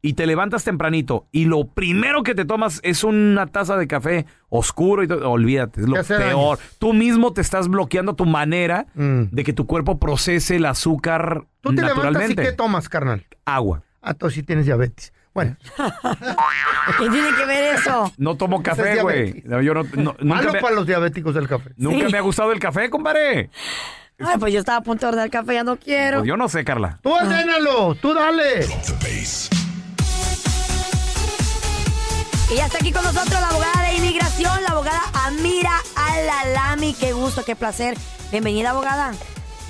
y te levantas tempranito y lo primero que te tomas es una taza de café oscuro y todo, olvídate, es lo
Te hace daño.
peor. Tú mismo te estás bloqueando tu manera de que tu cuerpo procese el azúcar
Mm. Tú te levantas y
naturalmente.
¿qué tomas, carnal?
Agua.
Ah, tú sí tienes diabetes. Bueno.
¿Qué tiene que ver eso?
No tomo
Ese es
café, güey.
diabetes.
No, yo no- no- nunca
Malo
me,
para los diabéticos del café.
nunca
Sí.
me ha gustado el café, compadre.
Ay, pues yo estaba a punto de ordenar café, ya no quiero.
Pues yo no sé, Carla.
Tú ordénalo, tú dale.
Y ya está aquí con nosotros la abogada de inmigración, la abogada Amira Alalami. Qué gusto, qué placer. Bienvenida, abogada.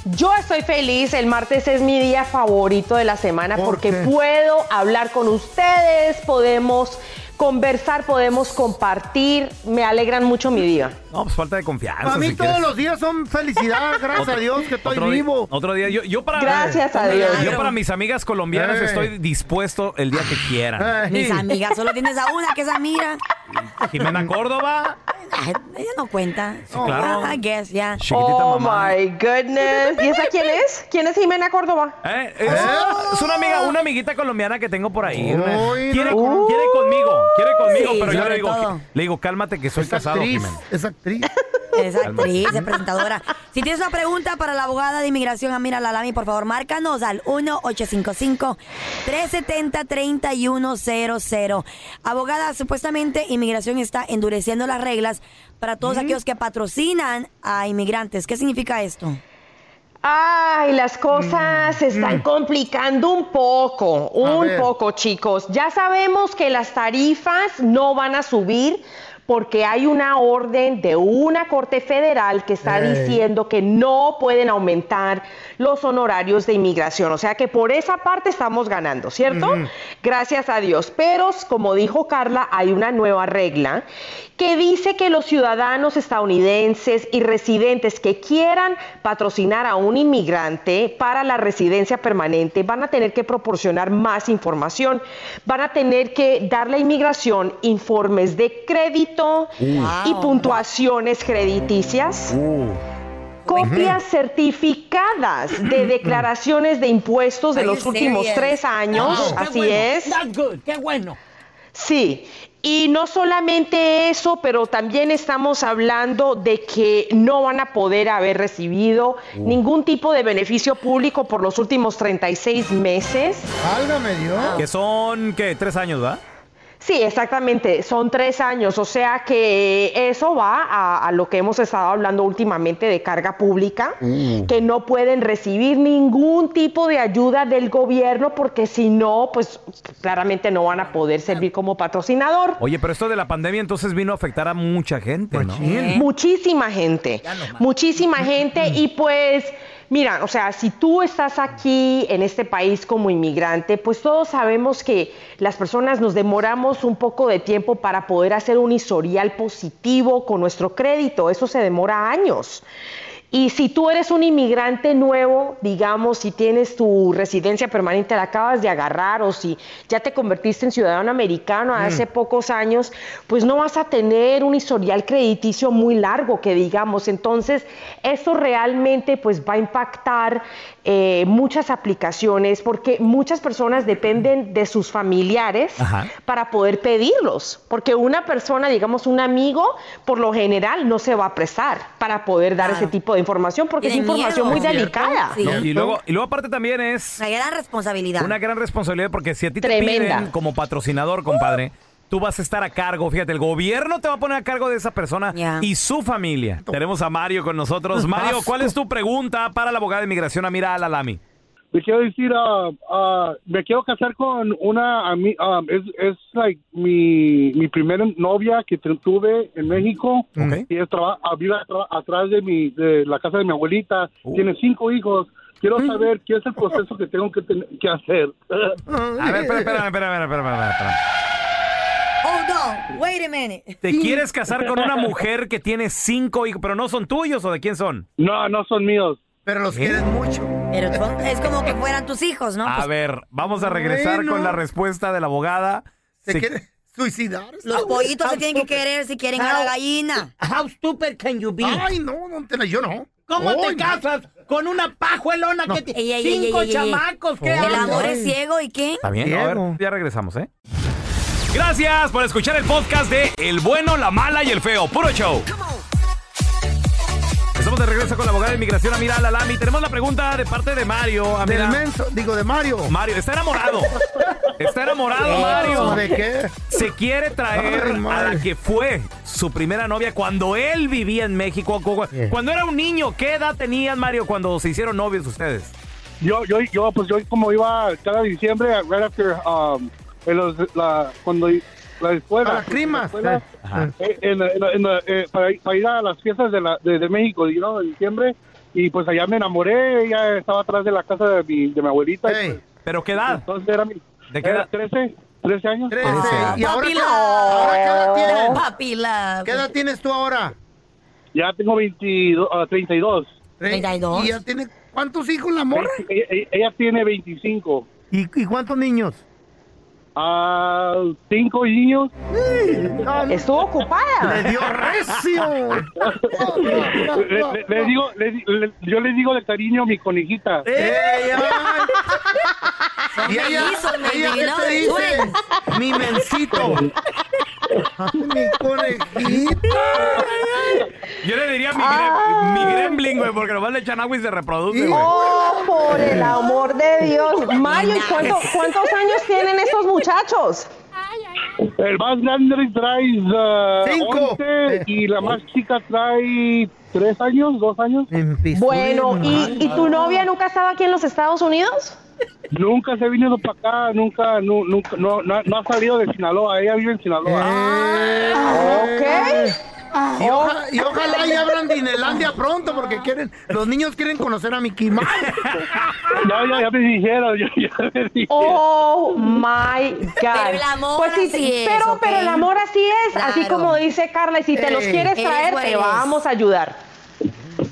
Yo estoy feliz, el martes es mi día favorito de la semana
¿Por
porque
qué?
puedo hablar con ustedes, podemos conversar, podemos compartir, me alegran mucho mi día.
No, pues falta de confianza.
Para mí
si
todos
quieres.
los días son felicidad, gracias
Otro-
a Dios que estoy
otro di-
vivo.
Otro día. Yo, yo para,
Gracias a Dios.
Yo para mis amigas colombianas
Eh.
estoy dispuesto el día que quieran.
Mis amigas, solo tienes a una, que es Amira.
Jimena Córdoba.
Ay, Ella no cuenta.
Sí, claro.
I guess, ya.
Chiquitita
oh
mamá.
my goodness. ¿Y esa quién es? ¿Quién es Jimena Córdoba?
Eh, es, es una amiga, una amiguita colombiana que tengo por ahí.
Uy,
quiere,
no.
con- quiere conmigo, quiere conmigo,
Sí,
pero yo
sobre
le digo,
todo.
le digo, cálmate que soy casado,
actriz,
Jimena.
Es actriz.
Es actriz, es presentadora. Si tienes una pregunta para la abogada de inmigración Amira Lalami, por favor, márcanos al 1-855-370-3100. Abogada, supuestamente inmigración está endureciendo las reglas para todos aquellos que patrocinan a inmigrantes. ¿Qué significa esto?
Ay, las cosas se están complicando un poco, un
Mm, ver.
poco, chicos. Ya sabemos que las tarifas no van a subir porque hay una orden de una corte federal que está
Ey.
diciendo que no pueden aumentar los honorarios de inmigración. O sea que por esa parte estamos ganando, ¿cierto?
Ujú.
Gracias a Dios. Pero, como dijo Carla, hay una nueva regla que dice que los ciudadanos estadounidenses y residentes que quieran patrocinar a un inmigrante para la residencia permanente van a tener que proporcionar más información. Van a tener que darle a inmigración informes de crédito y
Wow.
puntuaciones crediticias. Copias certificadas de declaraciones de impuestos de
Are you
los últimos
serious?
tres años,
Wow. Ah, Qué
así
bueno.
es.
That's good. Qué bueno.
Sí, y no solamente eso, pero también estamos hablando de que no van a poder haber recibido ningún tipo de beneficio público por los últimos 36 meses.
Válgame Dios.
Que son, ¿qué? Tres años, ¿verdad?
Sí, exactamente, son tres años, o sea que eso va a, a lo que hemos estado hablando últimamente de carga pública,
Mm.
que no pueden recibir ningún tipo de ayuda del gobierno porque si no, pues claramente no van a poder servir como patrocinador.
Oye, pero esto de la pandemia entonces vino a afectar a mucha gente, ¿no?
Muchísima gente, muchísima gente y pues, mira, o sea, si tú estás aquí en este país como inmigrante, pues todos sabemos que las personas nos demoramos un poco de tiempo para poder hacer un historial positivo con nuestro crédito, eso se demora años. Y si tú eres un inmigrante nuevo, digamos, si tienes tu residencia permanente, la acabas de agarrar o si ya te convertiste en ciudadano americano hace pocos años, pues no vas a tener un historial crediticio muy largo, que digamos. Entonces, eso realmente pues va a impactar eh, muchas aplicaciones porque muchas personas dependen de sus familiares
Ajá.
para poder pedirlos, porque una persona, digamos un amigo, por lo general no se va a prestar para poder dar ese tipo de información, porque es
Tiene
información
miedo.
muy
¿Cierto?
delicada.
No, y, luego, y luego aparte también es
Una gran responsabilidad.
una gran responsabilidad porque si a ti te
Tremenda.
piden como patrocinador, compadre, tú vas a estar a cargo, fíjate, el gobierno te va a poner a cargo de esa persona y su familia. Tenemos a Mario con nosotros. Mario, ¿cuál es tu pregunta para la abogada de inmigración Amira Alalami?
le quiero decir, ah, ah, me quiero casar con una, ami- ah, es, es like mi, mi primera novia que tu- tuve en México.
Ok.
Y es traba- ah, vive atra- atrás de, mi, de la casa de mi abuelita. Tiene cinco hijos. Quiero saber qué es el proceso que tengo que, ten- que hacer.
A ver, espera, espera, espera, espera, espera, espera, espera.
Oh, no. Wait a minute.
¿Te quieres casar con una mujer que tiene cinco hijos, pero no son tuyos o de quién son?
No, no son míos.
Pero los quieren mucho.
Pero tú- es como que fueran tus hijos,
Ah,
¿no?
A
Pues,
ver, vamos a regresar
Bueno.
con la respuesta de la abogada. Se-
Suicidar.
los pollitos se tienen que querer si quieren a la gallina.
How stupid can you be?
Ay, no, no te la yo no.
¿Cómo
Ay,
te casas con una pajuelona que
Ey,
tiene
ey, ey,
cinco
ey, ey, ey.
chamacos? ¿Qué
El
haces?
amor es ciego y qué?
Está bien, a ver, ya regresamos, ¿eh? Gracias por escuchar el podcast de El bueno, la mala y el feo. Puro show. Estamos de regreso con la abogada de inmigración Amira Lalami. Tenemos la pregunta de parte de Mario. Amira.
Del menso, digo, de Mario.
Mario, está enamorado. Está enamorado,
¿Eso
Mario.
de qué?
Se quiere traer
Ay,
a
madre.
la que fue su primera novia cuando él vivía en México. cu- cu- Cuando era un niño, ¿qué edad tenían, Mario, cuando se hicieron novios ustedes?
Yo, yo, yo, pues yo como iba cada diciembre, right after, um, en los, la, cuando i- la escuela.
A las crimas.
la escuela, eh, en la- en la- en la- eh, para, ir- para ir a las fiestas de, la, de, de México, you know, en diciembre, y pues allá me enamoré, ella estaba atrás de la casa de mi, de mi abuelita. y, pues,
¿Pero qué edad?
Entonces era mi...
¿De qué
era
edad?
13, 13 años.
Ah, ¿Y ahora
Papi
qué, ahora qué edad
love.
tienes?
Papi love.
¿Qué edad tienes tú ahora?
Ya tengo 22, ah, 32.
¿Y ya tiene cuántos hijos la morra?
Ella, ella- ella tiene 25.
¿Y, y cuántos niños?
Ah, cinco niños.
Estuvo ocupada.
¡Le dio recio!
Le, le- le digo, le di- le- yo le digo de cariño a mi conejita.
¡Eh! Y ella, ella ¿qué te dice? Mi mencito. Ay, Mi conejita.
Yo le diría mi,
Ah.
grem- mi gremlin, güey, porque nomás le echan agua y se reproduce, güey.
Oh, por el amor de Dios. Mario, ¿y cuánto- cuántos años tienen estos muchachos?
El más grande trae ah,
Cinco. Eh.
11 y la más chica trae tres años, dos años.
Bueno, ¿y, y tu novia nunca estaba aquí en los Estados Unidos?
Nunca se ha venido para acá, nunca, nu- nunca, no, no, no ha salido de Sinaloa, ella vive en
Eh.
Sinaloa.
Y, oja- y ojalá ya abran Dinelandia pronto porque quieren, los niños quieren conocer a Mickey Mouse.
Ya, ya, ya me dijeron, ya, ya me dijeron.
Oh my God.
Pero el amor así es,
Pues pero,
¿ok?
pero el amor así es, así
Claro.
como dice Carla, y si te los
Ey,
quieres
eres
traer,
what
te
eres.
vamos a ayudar.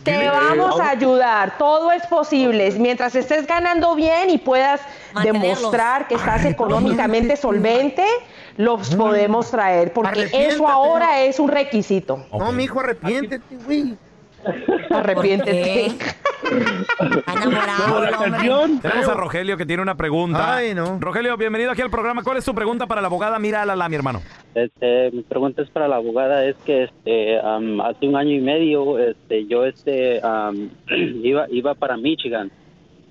Te vamos a ayudar, todo es posible. Mientras estés ganando bien y puedas
Mantenerlos.
demostrar que estás económicamente solvente, los podemos traer, porque eso
Mm. Arrepiéntate.
ahora es un requisito.
No, mi hijo, arrepiéntete, güey.
Arrepiéntete.
Como la canción.
Tenemos a Rogelio que tiene una pregunta.
Ah, Ay, no.
Rogelio, bienvenido aquí al programa. ¿Cuál es tu pregunta para la abogada Mira Lala, mi hermano?
Este, mi pregunta es para la abogada es que este am, hace un año y medio este yo este am, iba iba para Michigan,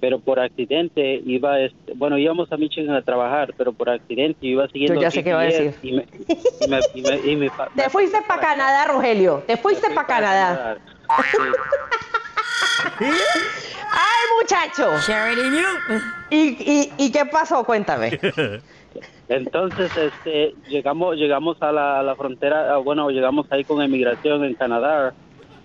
pero por accidente iba este, bueno íbamos a Michigan a trabajar, pero por accidente iba siguiendo
Yo ya sé qué va a
GPS
decir.
y me- y me- y me- y me pa-
Te fuiste para Canadá, Rogelio. Te fuiste para Canadá. ¡Ay, muchacho! ¿Y, y, y qué pasó? Cuéntame.
Entonces, este, llegamos, llegamos a la, a la frontera, ah, bueno, llegamos ahí con inmigración en Canadá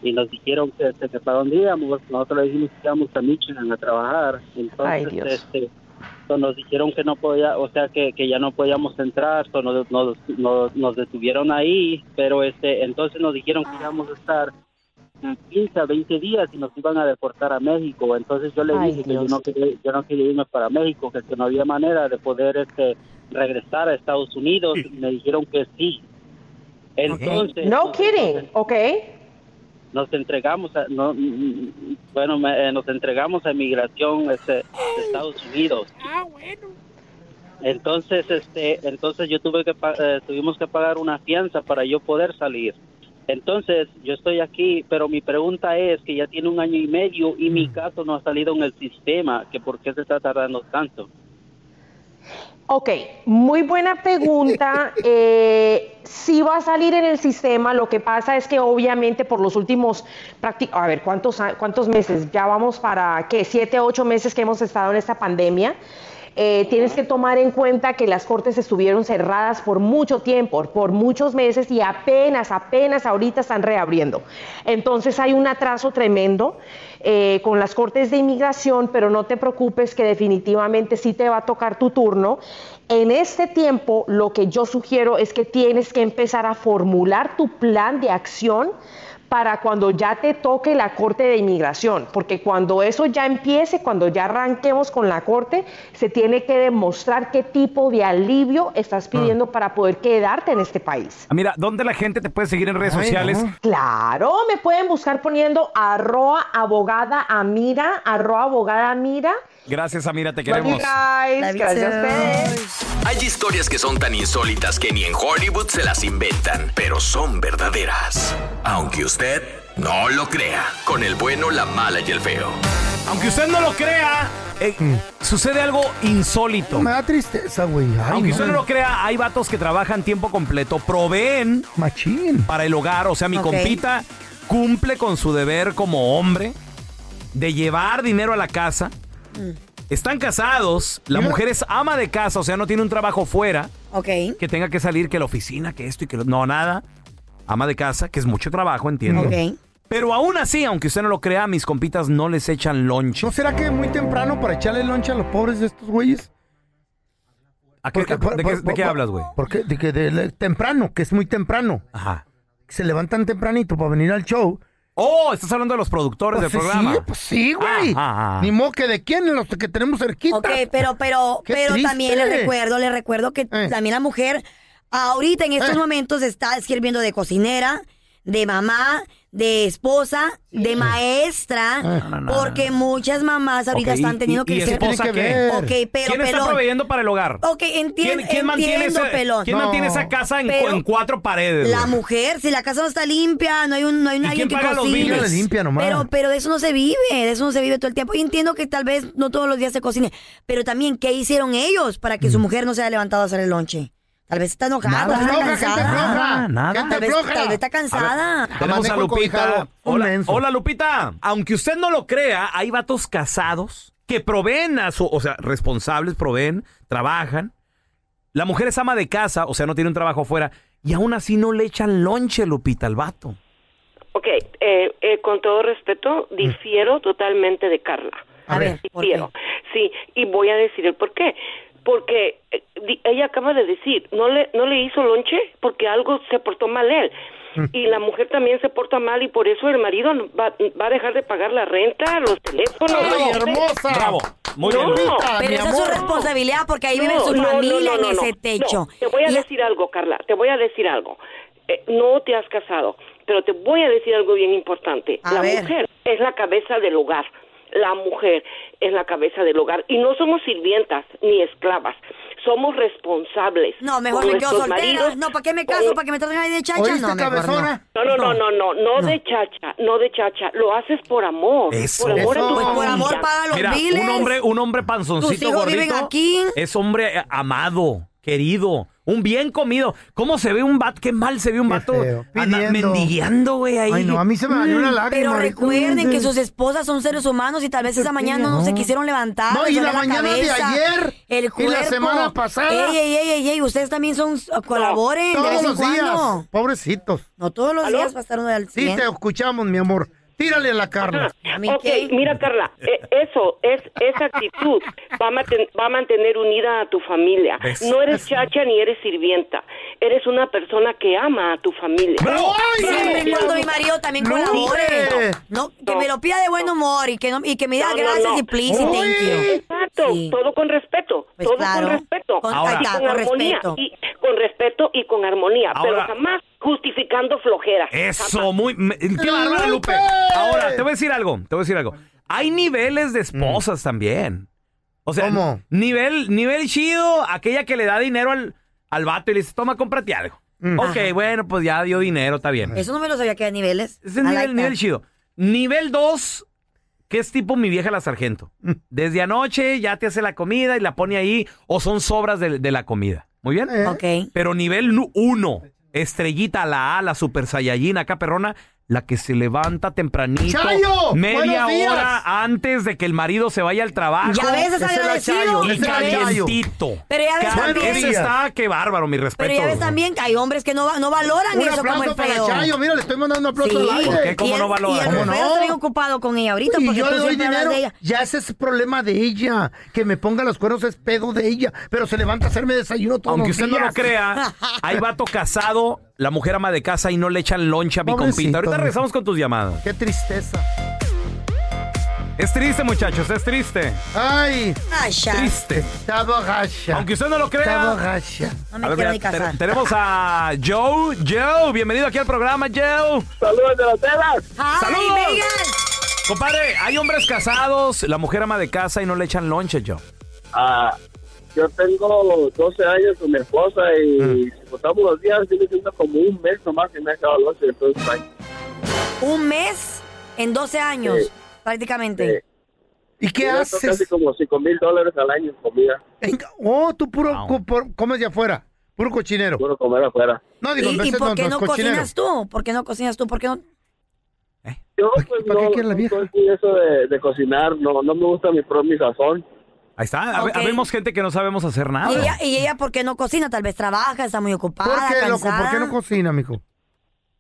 y nos dijeron que, este, que para dónde íbamos, nosotros le dijimos que íbamos a Michigan a trabajar, entonces,
Ay, Dios.
este, so, nos dijeron que no podía, o sea, que, que ya no podíamos entrar, so, nos, nos, nos, nos detuvieron ahí, pero este, entonces nos dijeron que íbamos a estar de 15 a 20 días y nos iban a deportar a México. Entonces yo le
Ay,
dije que yo
Dios.
no, quería, yo no quería irme para México, que, que no había manera de poder este, regresar a Estados Unidos. Y me dijeron que sí. Entonces
No kidding, ¿ok?
nos entregamos, a, no, mm, mm, bueno, me- eh, nos entregamos a migración este, de Estados Unidos. Entonces, este, entonces yo tuve que pa- eh, tuvimos que pagar una fianza para yo poder salir. Entonces, yo estoy aquí, pero mi pregunta es que ya tiene un año y medio y mi caso no ha salido en el sistema, que por qué se está tardando tanto.
Ok, muy buena pregunta. Eh, sí va a salir en el sistema. Lo que pasa es que obviamente por los últimos, prácti- a ver, ¿cuántos, a- ¿cuántos meses? Ya vamos para, ¿qué? Siete, ocho meses que hemos estado en esta pandemia. Eh, tienes que tomar en cuenta que las cortes estuvieron cerradas por mucho tiempo, por muchos meses y apenas, apenas ahorita están reabriendo. Entonces hay un atraso tremendo eh, con las cortes de inmigración, pero no te preocupes que definitivamente sí te va a tocar tu turno. En este tiempo lo que yo sugiero es que tienes que empezar a formular tu plan de acción para cuando ya te toque la Corte de Inmigración, porque cuando eso ya empiece, cuando ya arranquemos con la Corte, se tiene que demostrar qué tipo de alivio estás pidiendo para poder quedarte en este país.
Ah, Mira, ¿dónde la gente te puede seguir en redes sociales?
Claro, me pueden buscar poniendo arroba abogada amira, arroba abogada amira.
Gracias, Amira, te
Love you
Pues
queremos.
guys. Gracias a ustedes.
Hay historias que son tan insólitas que ni en Hollywood se las inventan, pero son verdaderas. Aunque usted no lo crea, con el bueno, la mala y el feo.
Aunque usted no lo crea, eh, sucede algo insólito.
Me da tristeza, güey. Ay,
Aunque usted no
no.
lo crea, hay vatos que trabajan tiempo completo, proveen para el hogar. O sea, mi
Ok.
compita cumple con su deber como hombre de llevar dinero a la casa. Están casados, la
Mira.
mujer es ama de casa, o sea, no tiene un trabajo fuera
Ok.
que tenga que salir, que la oficina, que esto y que lo... No, nada. Ama de casa, que es mucho trabajo, entiendo.
Ok.
Pero aún así, aunque usted no lo crea, mis compitas no les echan lunch. ¿No
será que muy temprano para echarle loncha a los pobres de estos güeyes?
¿De qué, de qué hablas, güey?
Porque de que de- de- temprano, que es muy temprano.
Ajá.
Se levantan tempranito para venir al show.
Oh, estás hablando de los productores
Pues
del
sí,
programa.
pues sí, güey.
Ah, ah, ah.
Ni modo que de quién, los que tenemos cerquita.
Ok, pero, pero,
Qué
pero
triste.
también les recuerdo, les recuerdo que
Eh.
también la mujer ahorita en estos momentos está sirviendo de cocinera, de mamá, de esposa, de maestra,
Eh. No, no, no,
porque muchas mamás ahorita
Ok,
están
y-
teniendo
y-
que
¿Y
ser-
esposa qué?
Ok, pero
¿Quién está
pelón.
proveyendo para el hogar?
Ok, entien-
¿Quién, quién mantiene,
entiendo,
ese-
pelón.
Eh, ¿quién mantiene esa casa en, cu-
Pero
en cuatro paredes?
La
güey?
mujer, si la casa no está limpia, no hay un, no hay
¿Y
nadie
quién
que
paga los
cocine.
biles? Ella le limpia nomás.
Pero, pero de eso no se vive, de eso no se vive todo el tiempo. Y entiendo que tal vez no todos los días se cocine, pero también, ¿qué hicieron ellos para
Mm.
que su mujer no se haya levantado a hacer el lonche? Tal vez está enojada, tal vez está cansada.
Nada, nada.
Tal vez, tal vez está
A
cansada.
ver, tenemos a Lupita. Hola, hola, Lupita. Aunque usted no lo crea, hay vatos casados que proveen a su, o sea, responsables, proveen, trabajan. La mujer es ama de casa, o sea, no tiene un trabajo afuera, y aún así no le echan lonche, Lupita, al vato.
Ok, eh, eh, con todo respeto, difiero totalmente de Carla.
Mm. A ver,
difiero. Sí, y voy a decir el por qué. Porque eh, di- ella acaba de decir, no le, no le hizo lonche porque algo se portó mal él.
Mm.
Y la mujer también se porta mal y por eso el marido no- va, va a dejar de pagar la renta, los teléfonos.
¡Ay,
los-
hermosa!
Bravo. Muy
No,
bien.
Lupita,
Pero
mi
esa es su
amor.
responsabilidad porque ahí
No,
vive su
no, no,
familia
no, no,
en
no.
ese techo.
No, te voy a decir algo, Carla, te voy a decir algo. Eh, no te has casado, pero te voy a decir algo bien importante.
A
la
ver.
mujer es la cabeza del hogar. La mujer es la cabeza del hogar y no somos sirvientas ni esclavas. Somos responsables.
No, mejor
con
me quedo
nuestros
soltera.
maridos.
no, ¿para qué me caso? ¿Para que me traten ahí de chacha? No, mejor
Eh, No, no, no, no, no, no de chacha, no de chacha. Lo haces por amor.
Eso.
Por amor a tu
Pues por
familia.
amor paga los
Mira,
biles.
un hombre, un hombre
Tus
panzoncito
hijos
gordito.
viven aquí.
Es hombre eh, amado, querido, un bien comido. ¿Cómo se ve un vato? Qué mal se ve un vato anda mendigueando, güey, ahí.
Ay, no, a mí se me
Mm,
dañó una lágrima.
Pero
ahorita.
recuerden que sus esposas son seres humanos y tal vez esa mañana no, se quisieron levantar.
No, y
les
la
dolía
mañana de
cabeza,
ayer, y
El
la
cuerpo.
semana pasada.
Ey, ey, ey, ey, ey, ustedes también son, uh, colaboren de vez
Todos
en
los
cuando.
días. Pobrecitos.
No todos los
¿Aló?
días va a estar uno al
Sí, te
cien.
escuchamos, mi amor. Tírale a la Carla.
Ah, Ok, mira Carla, eh, eso es esa actitud va a, manten- va a mantener unida a tu familia.
¿Ves?
No eres chacha ni eres sirvienta. Eres una persona que ama a tu familia.
Siempre y cuando mi marido también
No,
colabore.
hombre.
No, que me lo pida de buen humor y que, no, y que me diga
No, no,
gracias
no.
y please y thank you.
Exacto, todo con respeto,
Pues
todo
claro.
con respeto,
Con- Ahora-
y
Ahí está,
con,
con
armonía,
respeto.
y con respeto y con armonía, pero
Ahora-
jamás justificando flojeras.
Eso, muy. me- ¡Qué bárbara, Lupe! Ahora, te voy a decir algo, te voy a decir algo. Hay niveles de esposas también. O sea, nivel, nivel chido, aquella que le da dinero al, al vato y le dice, toma, cómprate algo. Ok, bueno, pues ya dio dinero, está bien.
Eso no me lo sabía que hay niveles.
Ese es
I
nivel,
like
nivel
that.
chido. Nivel 2, que es tipo mi vieja la sargento. Desde anoche ya te hace la comida y la pone ahí, o son sobras de, de la comida. Muy bien.
Ok.
Pero nivel 1, estrellita, la A, la super saiyajin, acá perrona, la que se levanta tempranito.
¡Chayo!
Media
¡Buenos días!
hora antes de que el marido se vaya al trabajo.
Ya ves, es
Ese era
agradecido,
Chayo, Y
ese era Chayo.
calientito.
Pero ya ves
Cal-
también-
Ese está, qué bárbaro, mi respeto.
Pero ya ves también que hay hombres que no, va- no valoran
Un
eso como
aplauso
el
para
feo.
Chayo, mira, le estoy mandando un aplauso
Sí.
al aire.
¿Por qué? ¿Cómo
Y
no
el-
valoran?
Y el
¿Cómo
feo
no?
está bien ocupado con ella ahorita
Y
porque
yo
tú
le doy
siempre hablas
dinero,
de ella.
ya ese es problema de ella. Que me ponga los cuernos es pedo de ella, pero se levanta a hacerme desayuno todos
Aunque
los
usted no lo
días.
crea, hay vato casado, la mujer ama de casa y no le echan loncha a mi
Pobrecito,
compita. Ahorita
hombre.
regresamos con tus llamadas.
Qué tristeza.
Es triste, muchachos, es triste.
Ay,
Triste.
está borracha.
Aunque usted no lo
Está
crea.
borracha.
No me
A ver, mira,
quiero ni
te-
casar.
tenemos a Joe. Joe, bienvenido aquí al programa, Joe.
Saludos de las telas.
¡Ay,
Ah.
¡Salud!
Vegas!
Compadre, hay hombres casados, la mujer ama de casa y no le echan lonche, Joe.
Ah, yo tengo 12 años con mi esposa y
Mm.
si contamos los días, yo me siento como un mes nomás que me ha acabado el once, entonces, ay,
Un mes en 12 años,
Sí.
prácticamente.
¿Y qué
me eh, gasto
haces?
casi como 5 mil dólares al año en comida,
En- Oh, tú puro co- por- comes de afuera, puro cochinero.
puro comer afuera.
No, digo, en
¿Y, y
veces
por qué
no,
no
es cochinero.
cocinas tú? ¿Por qué no cocinas tú? ¿Por qué no?
Yo, pues,
para qué
no,
quiere la
no
vieja?
soy muy eso de, de cocinar, no, no me gusta mi propio sazón.
Ahí está,
Ok.
vemos gente que no sabemos hacer
¿Y
nada.
ella, y ella por qué no cocina? Tal vez trabaja, está muy ocupada,
¿Por qué, loco?
cansada.
¿Por qué no cocina, mijo?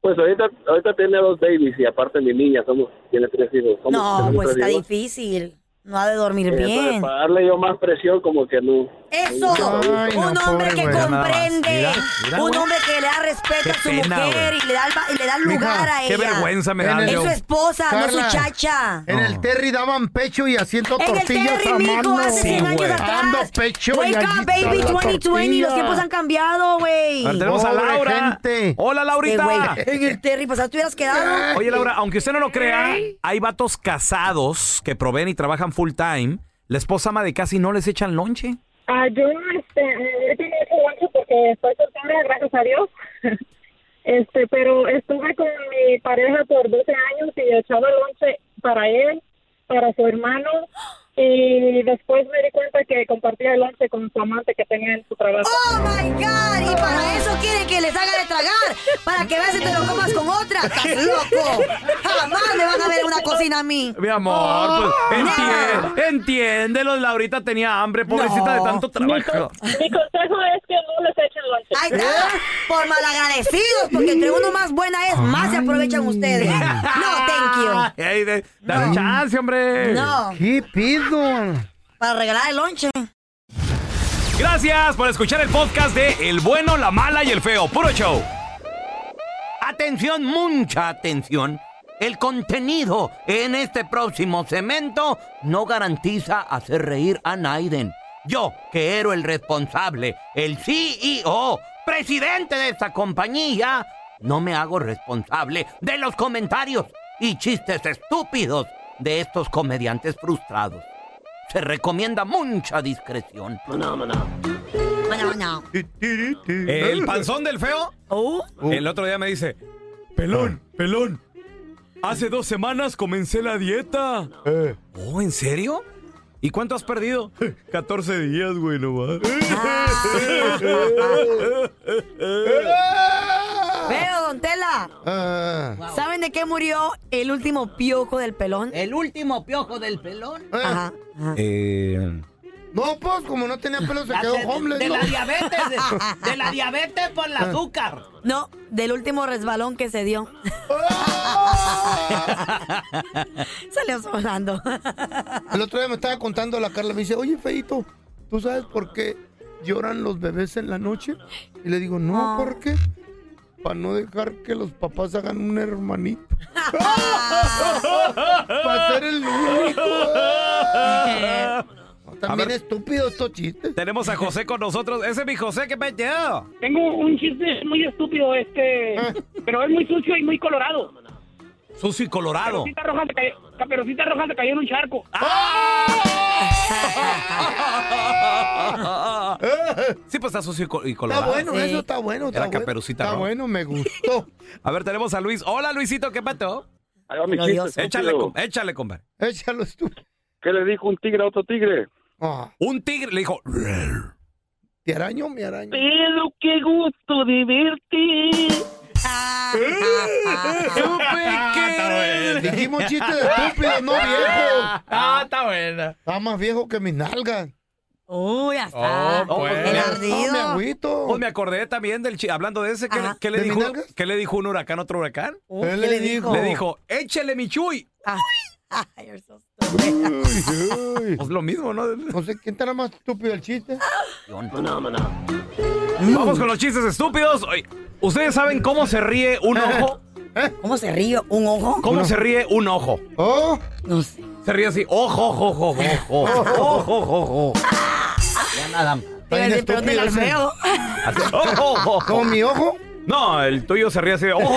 Pues ahorita, ahorita tiene dos babies y aparte mi niña, somos, tiene tres hijos. Somos-
No,
tenemos
pues
tres
está
hijos.
difícil. No ha de dormir
Eh, Para,
bien.
para darle yo más presión, como que no.
Eso,
Ay, no,
un hombre
pobre
que
güey. Mira
nada más.
comprende,
Mira, mira,
un
güey.
hombre que le da respeto
Qué
a su
pena,
mujer
güey.
y le da, el va- y le da lugar a
Qué
ella.
vergüenza me da,
En el-
Es su
Joe.
esposa, no
Carla.
su chacha.
En el Terry daban pecho y haciendo
Ah. En el
tortillas
Terry,
a
mijo,
mano.
hace 100 años
güey.
atrás.
Dando pecho y
Wake
allí
up, baby,
está la
2020. Los
tortilla.
tiempos han cambiado, güey.
A ver, tenemos a
Pobre
Laura.
gente.
Hola,
Qué güey.
Laurita.
En el Terry, pues ahí te hubieras quedado.
Oye, Laura, aunque usted no lo crea, hay vatos casados que proveen y trabajan full time. La esposa ama de casa y no les echan lonche.
Ah, yo este, eh, he tenido ese lonche porque estoy soltera, gracias a Dios. Este, pero estuve con mi pareja por 12 años y echaba lonche para él, para su hermano y después me di cuenta que compartía el lonche con su amante que tenía en su trabajo.
Oh my God, y para eso quiere que les haga de tragar, para que veas si te lo comas con otra. ¡Estás loco! Jamás me van a ver en una cocina a mí.
Mi amor, pues
Ah.
entie- entiéndelo. Laurita tenía hambre, pobrecita de tanto trabajo.
Mi consejo es que no les echen lonche.
Ahí está, por malagradecidos, porque entre uno más buena es, más se aprovechan ustedes. No, thank
Ey, de- dale chance, hombre.
you. No,
¿Qué pido?
para regalar el lonche.
Gracias por escuchar el podcast de El Bueno, la Mala y el Feo. Puro show.
Atención, mucha atención. El contenido en este próximo cemento no garantiza hacer reír a Naiden. Yo, que era el responsable, el CEO, presidente de esta compañía, no me hago responsable de los comentarios y chistes estúpidos de estos comediantes frustrados. Se recomienda mucha discreción.
Bueno, no.
Eh, El panzón del feo. El otro día me dice, pelón, pelón. Hace dos semanas comencé la dieta. Oh, ¿en serio? ¿Y cuánto has perdido? 14 días, güey, nomás.
Veo, don Tela,
Ah,
¿saben de qué murió el último piojo del pelón?
El último piojo del pelón.
eh.
Ajá.
Eh,
No, pues, como no tenía pelo, se quedó
Hace-
homeless.
de
¿no?
la diabetes, de, de la diabetes por el azúcar.
No, del último resbalón que se dio.
¡Oh!
Salió sonando.
El otro día me estaba contando la Carla, me dice, oye, Feito, ¿tú sabes por qué lloran los bebés en la noche? Y le digo, no,
Ah.
¿por qué? Para no dejar que los papás hagan un hermanito. Para ser el único. Ah. También estúpido estos chistes.
Tenemos a José con nosotros. Ese es mi José que me lleva.
Tengo un chiste muy estúpido, este, pero es muy sucio y muy colorado.
Sucio y colorado. ¡Ah!
Caperucita roja se cayó, Caperucita Roja se cayó en un charco.
Sí, pues está sucio y co- y
Está
colorado.
bueno, eso está bueno. Está
Era
bueno.
Caperucita
Está
Roja.
bueno, me gustó.
A ver, tenemos a Luis. Hola, Luisito, ¿qué pato?
Ahí va mi chiste,
Échale,
estúpido.
com- échale, compadre.
Eh,
¿Qué le dijo un tigre a otro tigre?
Ah.
Un tigre le dijo.
¿Te araño mi araño?
Pedro, qué gusto de verte.
¡Eh!
Dijimos chistes de estúpido, no viejo.
Ah, está buena.
Está más viejo que mis nalgas.
Uy, ya
ah,
Oh, pues.
No, Oh, me agüito.
Pues me acordé también del chi- hablando de ese, ¿qué, le- qué le
¿De
dijo,
Mindangas?
¿qué le dijo un huracán a otro huracán?
Oh, ¿Qué ¿qué le le dijo? dijo?
Le dijo, échale mi chuy.
Ah.
Pues
lo mismo, ¿no?
No sé, ¿quién estará más estúpido el chiste?
Vamos con los chistes estúpidos. Oye, ¿Ustedes saben cómo se ríe
Eh,
un ojo?
¿Cómo se ríe un ojo?
¿Cómo se ríe un ojo?
¿Oh?
No sé.
Se ríe así, ojo, ojo, ojo, ojo, ojo, ojo, ojo. Ya nada.
Pero pregúntale al feo.
Así, ojo, ojo, ojo.
¿Con mi ojo?
No, el tuyo se ríe así, ojo.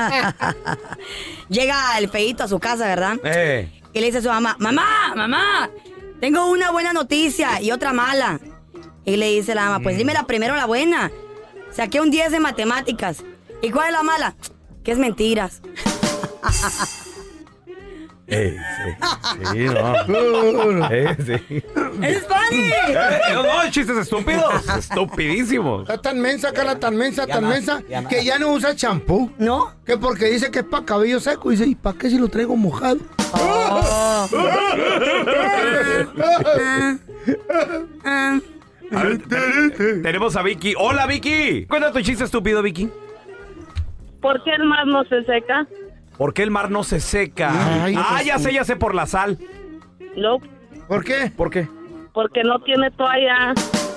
Llega el feito a su casa, ¿verdad?
Eh.
Y le dice a su mamá, mamá, mamá, tengo una buena noticia y otra mala. Y le dice la mamá, pues
Mm.
dime la primero la buena. Saqué un 10 de matemáticas. ¿Y cuál es la mala? Que es mentiras.
Eh, sí, sí, no. Eh, sí.
¡Es funny!
Eh, no, no, chistes estúpidos. Estupidísimos.
Está tan mensa, Carla, tan mensa,
Ya
tan
nada,
mensa,
ya nada.
que ya no usa champú.
¿No?
Que porque dice que es para cabello seco. Y dice, ¿y para qué si lo traigo mojado?
Ah.
A ver, te- te- tenemos a Vicky. Hola, Vicky. Cuenta tu chiste estúpido, Vicky.
¿Por qué el mar no se seca?
¿Por qué el mar no se seca?
Ay,
ah,
Dios
ya
mío.
sé, ya sé, por la sal.
No,
¿Por qué?
¿Por qué?
porque no tiene toalla.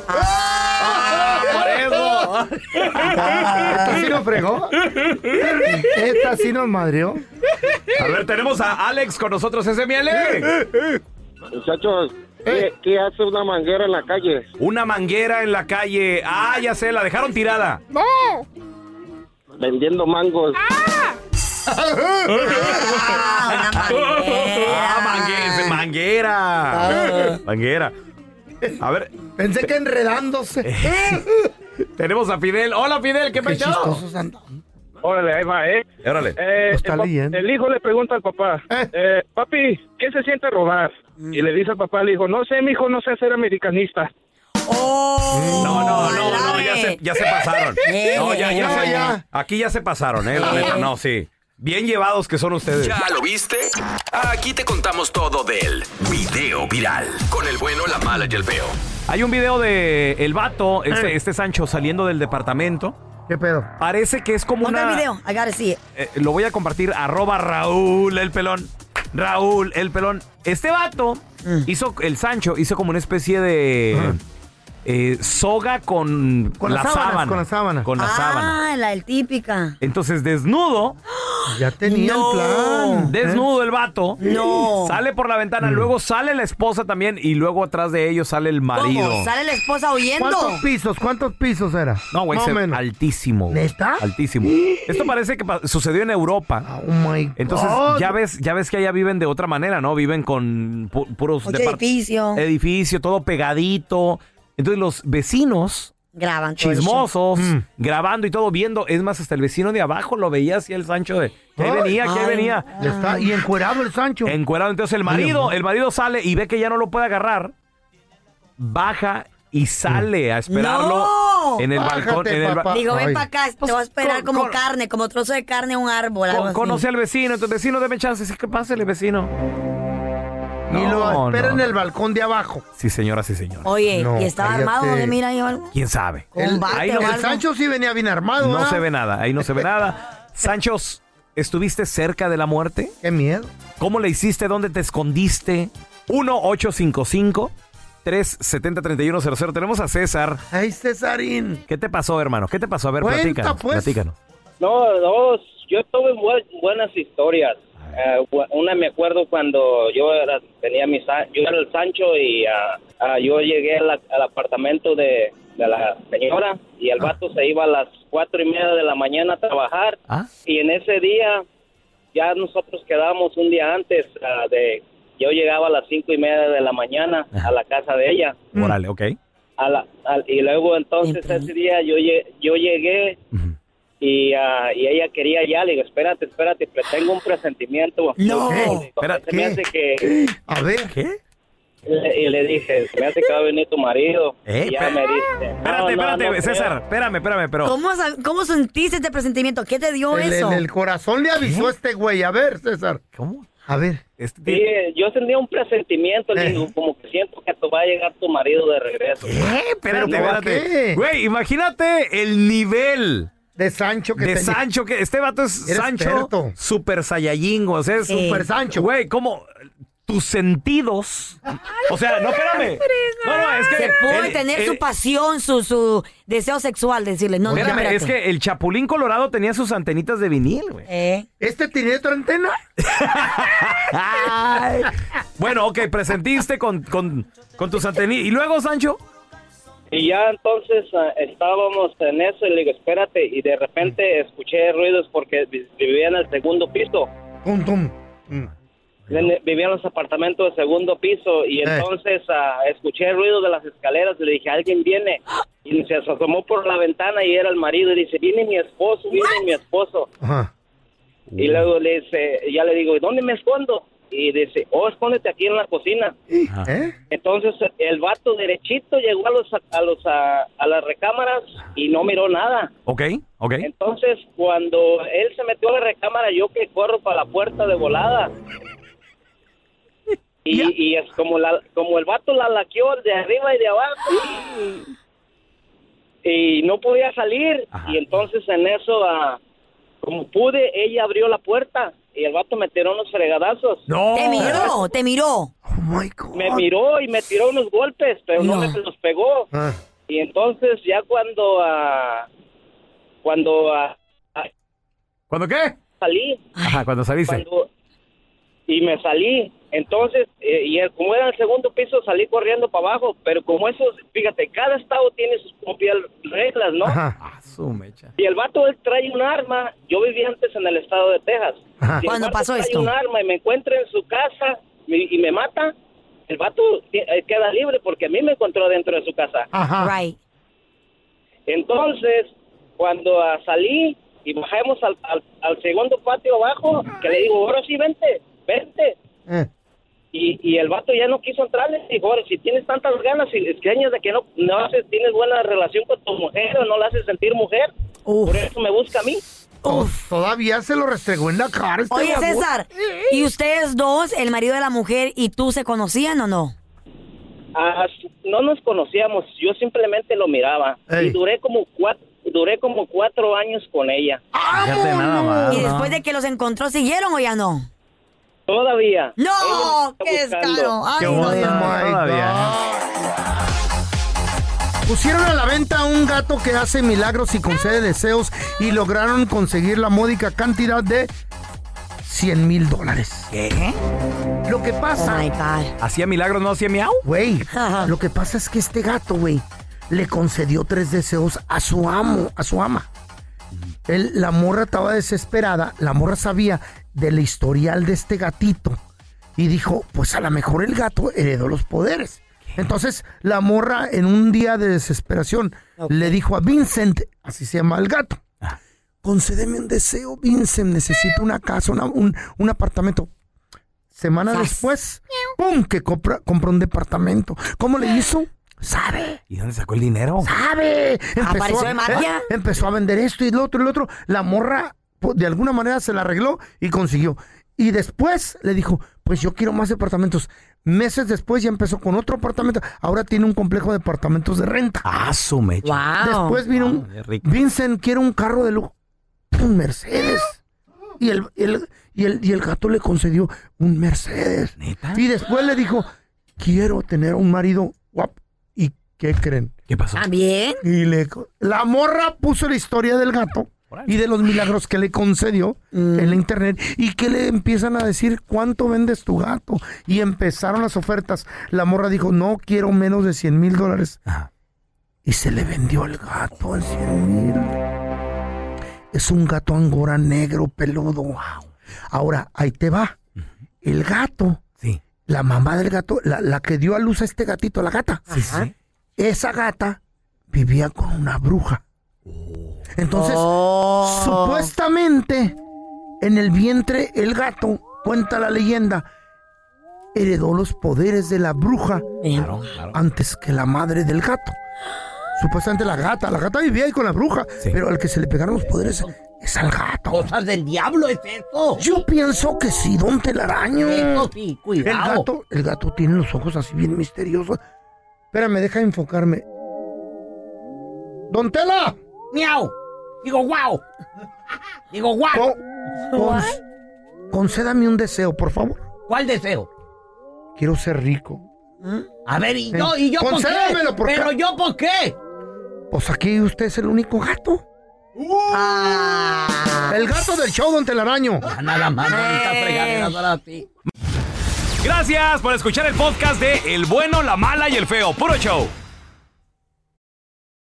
Ah, por eso.
Esta sí nos fregó. Esta sí nos madrió.
A ver, tenemos a Alex con nosotros. Ese es mi Alex.
Muchachos, ¿qué, qué hace una manguera en la calle?
Una manguera en la calle. Ah, ya sé, la dejaron tirada.
¡No! Vendiendo mangos.
Ah, mangue- manguera.
Ah.
Manguera. A ver.
Pensé que enredándose. Eh,
Tenemos a Fidel. Hola, Fidel, ¿qué pecho?
Órale, ahí va, ¿eh?
Órale.
Eh,
Lo está
el, pap-
leyendo.
el hijo le pregunta al papá, eh, papi, ¿qué se siente robar?
Mm.
Y le dice al papá, le dijo, no sé, mijo, no sé ser americanista.
No, Oh, no, no, no, ya se, ya se pasaron. No, ya, ya,
No,
se-
ya.
Aquí ya se pasaron, eh, la
Eh.
neta, no, sí. Bien llevados que son ustedes.
¿Ya lo viste? Aquí te contamos todo del video viral. Con el bueno, la mala y el feo.
Hay un video de el vato, este, este Sancho, saliendo del departamento.
Ah. ¿Qué pedo?
Parece que es como
Ponga el
una...
video, I gotta see it.
Eh, lo voy a compartir, arroba Raúl el pelón. Raúl el pelón. Este vato
Mm.
hizo, el Sancho hizo como una especie de eh, soga con,
Con las sábanas, con la sábana.
Con la sábana.
Ah, la del típica.
Entonces, desnudo.
Ya tenía
No.
el plan. ¿eh? Mm.
Desnudo el vato.
No.
Sale por la ventana, luego sale la esposa también y luego atrás de ellos sale el marido.
¿Cómo? ¿Sale la esposa huyendo?
¿Cuántos pisos? ¿Cuántos pisos era?
No, güey,
Más o
se-
menos.
altísimo. güey.
¿Neta?
Altísimo. Esto parece que pa- sucedió en Europa.
Oh my God.
Entonces, ya ves, ya ves que allá viven de otra manera, ¿no? Viven con pu- puros
Mucho
depart-
edificio.
Edificio, todo pegadito. Entonces, los vecinos
Graban todo el
chismosos,
Mm.
show.
grabando y todo, viendo. Es más, hasta el vecino de abajo lo veía así el Sancho de que ahí
Ay,
venía, que ahí
ay,
venía.
Ya está. Y encuerado el Sancho.
Encuerado. Entonces el marido, el marido sale y ve que ya no lo puede agarrar. Baja y sale a esperarlo
¡No!
en el balcón. en el ba-
Digo, ven
Ay.
para acá, te voy a esperar
Pues, con-
como
con-
carne, como trozo de carne a un árbol.
Con-
algo así.
conoce al vecino, entonces vecino, deme chance. Sí, que pásele, vecino.
Y lo
No,
espera
no,
en
no.
el balcón de abajo.
Sí, señora, sí, señor.
Oye,
No,
¿y estaba
cállate.
armado? ¿Dónde mira ahí o algo?
¿Quién sabe?
El,
Ahí
el
no,
Sancho sí venía bien armado.
no
¿verdad?
se ve nada, ahí no se ve nada. Sanchos, ¿estuviste cerca de la muerte?
Qué miedo.
¿Cómo le hiciste? ¿Dónde te escondiste? 1-855-370-3100. Tenemos a César.
¡Ay, Césarín!
¿Qué te pasó, hermano? ¿Qué te pasó? A ver,
Cuenta,
platícanos.
pues.
platícanos.
No, no,
yo tuve bu- buenas historias. Eh, bu- una me acuerdo cuando yo era, tenía mi Sa- yo era el Sancho y ah, ah, yo llegué a la- al apartamento de, de la señora y el vato se iba a las cuatro y media de la mañana a trabajar
Ah.
y en ese día ya nosotros quedábamos un día antes ah, de yo llegaba a las cinco y media de la mañana a la casa de ella
Mm.
Órale, ok.
a la- al- y luego entonces ese día yo, lle- yo llegué y, ah, y ella quería ya, le digo, espérate, espérate, pero tengo un presentimiento.
No,
espérate. Se me hace que...
A ver, ¿qué?
Le- y le dije, se me hace que va a venir tu marido.
Eh,
y ya
espérate,
me dice, no, no,
Espérate, espérate,
no creo.
César, espérame, espérame, pero.
¿Cómo, sa- ¿Cómo sentiste este presentimiento? ¿Qué te dio
El-
eso?
el- el
corazón le avisó a este güey. A ver, César.
¿Cómo? Este
A ver.
Sí, eh, yo sentía un presentimiento,
Eh.
le digo, como que siento que te va a llegar tu marido de regreso.
Espérate,
¿Pero para
espérate. Güey, imagínate el nivel.
De Sancho que
De
tenía.
Sancho, que este vato es
Era
Sancho.
experto.
Super Saiyajin, o sea, es
Sí. Super Sancho.
Güey, como tus sentidos. O sea, no, espérame. No, no, es que.
Se pudo
el-
tener
el-
su pasión, su, su deseo sexual, decirle, no, no,
espérame,
espérate.
es que el Chapulín Colorado tenía sus antenitas de vinil, güey.
¿Eh?
¿Este tiene otra antena?
Bueno, ok, presentiste con, con, con tus antenitas. ¿Y luego, Sancho?
Y ya entonces ah, estábamos en eso y le digo, espérate, y de
Mm.
repente escuché ruidos porque vi- vivía en el segundo piso.
Tum, tum.
En- Vivía en los apartamentos del segundo piso y
Eh.
entonces ah, escuché ruido de las escaleras y le dije, alguien viene. Y se asomó por la ventana y era el marido y dice, viene mi esposo, viene mi esposo.
Ajá.
Y luego le dice, ya le digo, ¿dónde me escondo? Y dice, oh, escóndete aquí en la cocina.
¿Eh?
Entonces el vato derechito llegó a los a los a, a las recámaras y no miró nada.
Ok, ok.
Entonces cuando él se metió a la recámara yo que corro para la puerta de volada. Y, y es como la como el vato la laqueó de arriba y de abajo y, y no podía salir y entonces en eso ah, como pude ella abrió la puerta y el vato me tiró unos fregadazos.
Te miró, te miró.
Me miró y me tiró unos golpes, pero no, me los pegó.
Ah.
Y entonces ya cuando ah, cuando ah, ah,
¿Cuándo qué?
salí
Ajá, cuando saliste.
cuando- y me salí, entonces eh, y el- como era el segundo piso salí corriendo para abajo, pero como esos, fíjate, cada estado tiene sus propias reglas, ¿no?
Ah, su mecha.
Y el vato él trae un arma. Yo vivía antes en el estado de Texas.
Ajá.
Si el
¿Cuándo
vato
pasó
trae
esto?
un arma y me encuentra en su casa y, y me mata. El vato eh, queda libre porque a mí me encontró dentro de su casa.
Right.
Entonces, cuando ah, salí y bajamos al, al- al segundo patio abajo, que le digo, ahora sí, vente, vente.
Eh.
Y, y el vato ya no quiso entrarle. Dijo, ahora, si tienes tantas ganas y extrañas de que no, no haces, tienes buena relación con tu mujer o no la haces sentir mujer, por eso me busca a mí.
To- Todavía se lo restregó en la cara. este
Oye,
babón.
César, ¿y ustedes dos, el marido de la mujer y tú, se conocían o no?
Ah, no nos conocíamos, yo simplemente lo miraba.
Ey.
Y duré como cuatro, duré como cuatro años con ella.
Ah, ¿Y después de que los encontró, siguieron o ya no?
Todavía.
¡No! ¡Qué descaro! Ay, no, Dios mío.
Pusieron a la venta un gato que hace milagros y concede deseos y lograron conseguir la módica cantidad de 100 mil dólares.
¿Eh?
¿Qué?
Lo que pasa.
¿Hacía milagros, no hacía miau?
Güey, lo que pasa es que este gato, güey, le concedió tres deseos a su amo, a su ama. Él- la morra estaba desesperada, la morra sabía del historial de este gatito y dijo, pues a lo mejor el gato heredó los poderes. Entonces la morra en un día de desesperación le dijo a Vincent, así se llama el gato,
Ah.
concédeme un deseo, Vincent, necesito una casa, una- un, un apartamento. Semana después, ¡pum! que compra, compra un departamento. ¿Cómo le hizo? Sabe,
¿Y dónde sacó el dinero?
sabe.
Apareció de magia.
eh, empezó a vender esto y lo otro y lo otro. La morra, po- de alguna manera, se la arregló y consiguió. Y después le dijo, pues yo quiero más departamentos. Meses después ya empezó con otro apartamento. Ahora tiene un complejo de departamentos de renta.
Ah, su mecha.
Wow.
Después vino un...
Qué rico.
Vincent quiere un carro de lujo. Un Mercedes. Y el, el- y el, y el gato le concedió un Mercedes. Y después le dijo, quiero tener un marido guapo. ¿Y qué creen?
¿Qué pasó?
¿También?
Y le, co- la morra puso la historia del gato y de los milagros que le concedió en la internet y que le empiezan a decir cuánto vendes tu gato. Y empezaron las ofertas. La morra dijo, no quiero menos de 100 mil dólares. Y se le vendió el gato en 100 mil. Es un gato angora negro, peludo. Wow. Ahora, ahí te va. El gato. La mamá del gato, la, la que dio a luz a este gatito, la gata. Esa gata vivía con una bruja. Entonces, supuestamente, en el vientre el gato, cuenta la leyenda, heredó los poderes de la bruja antes que la madre del gato. Supuestamente la gata, la gata vivía ahí con la bruja, pero al que se le pegaron los poderes es al gato.
Cosas del diablo es eso.
Yo pienso que sí, don Telaraño.
Eso sí, cuidado.
El gato, el gato tiene los ojos así bien misteriosos. Espérame, deja enfocarme. ¡Don Tela!
¡Miau! Digo, wow. Digo, wow.
Con- concédame un deseo, por favor.
¿Cuál deseo?
Quiero ser rico. ¿Mm?
A ver, ¿y
Sí.
yo, y yo por qué?
Concédamelo, por
¿Pero
ca-
yo por qué?
Pues aquí usted es el único gato. Ah. El gato del show, don Telaraño.
Nada más, bonita fregadera para ti.
Gracias por escuchar el podcast de El bueno, la mala y el feo. Puro show.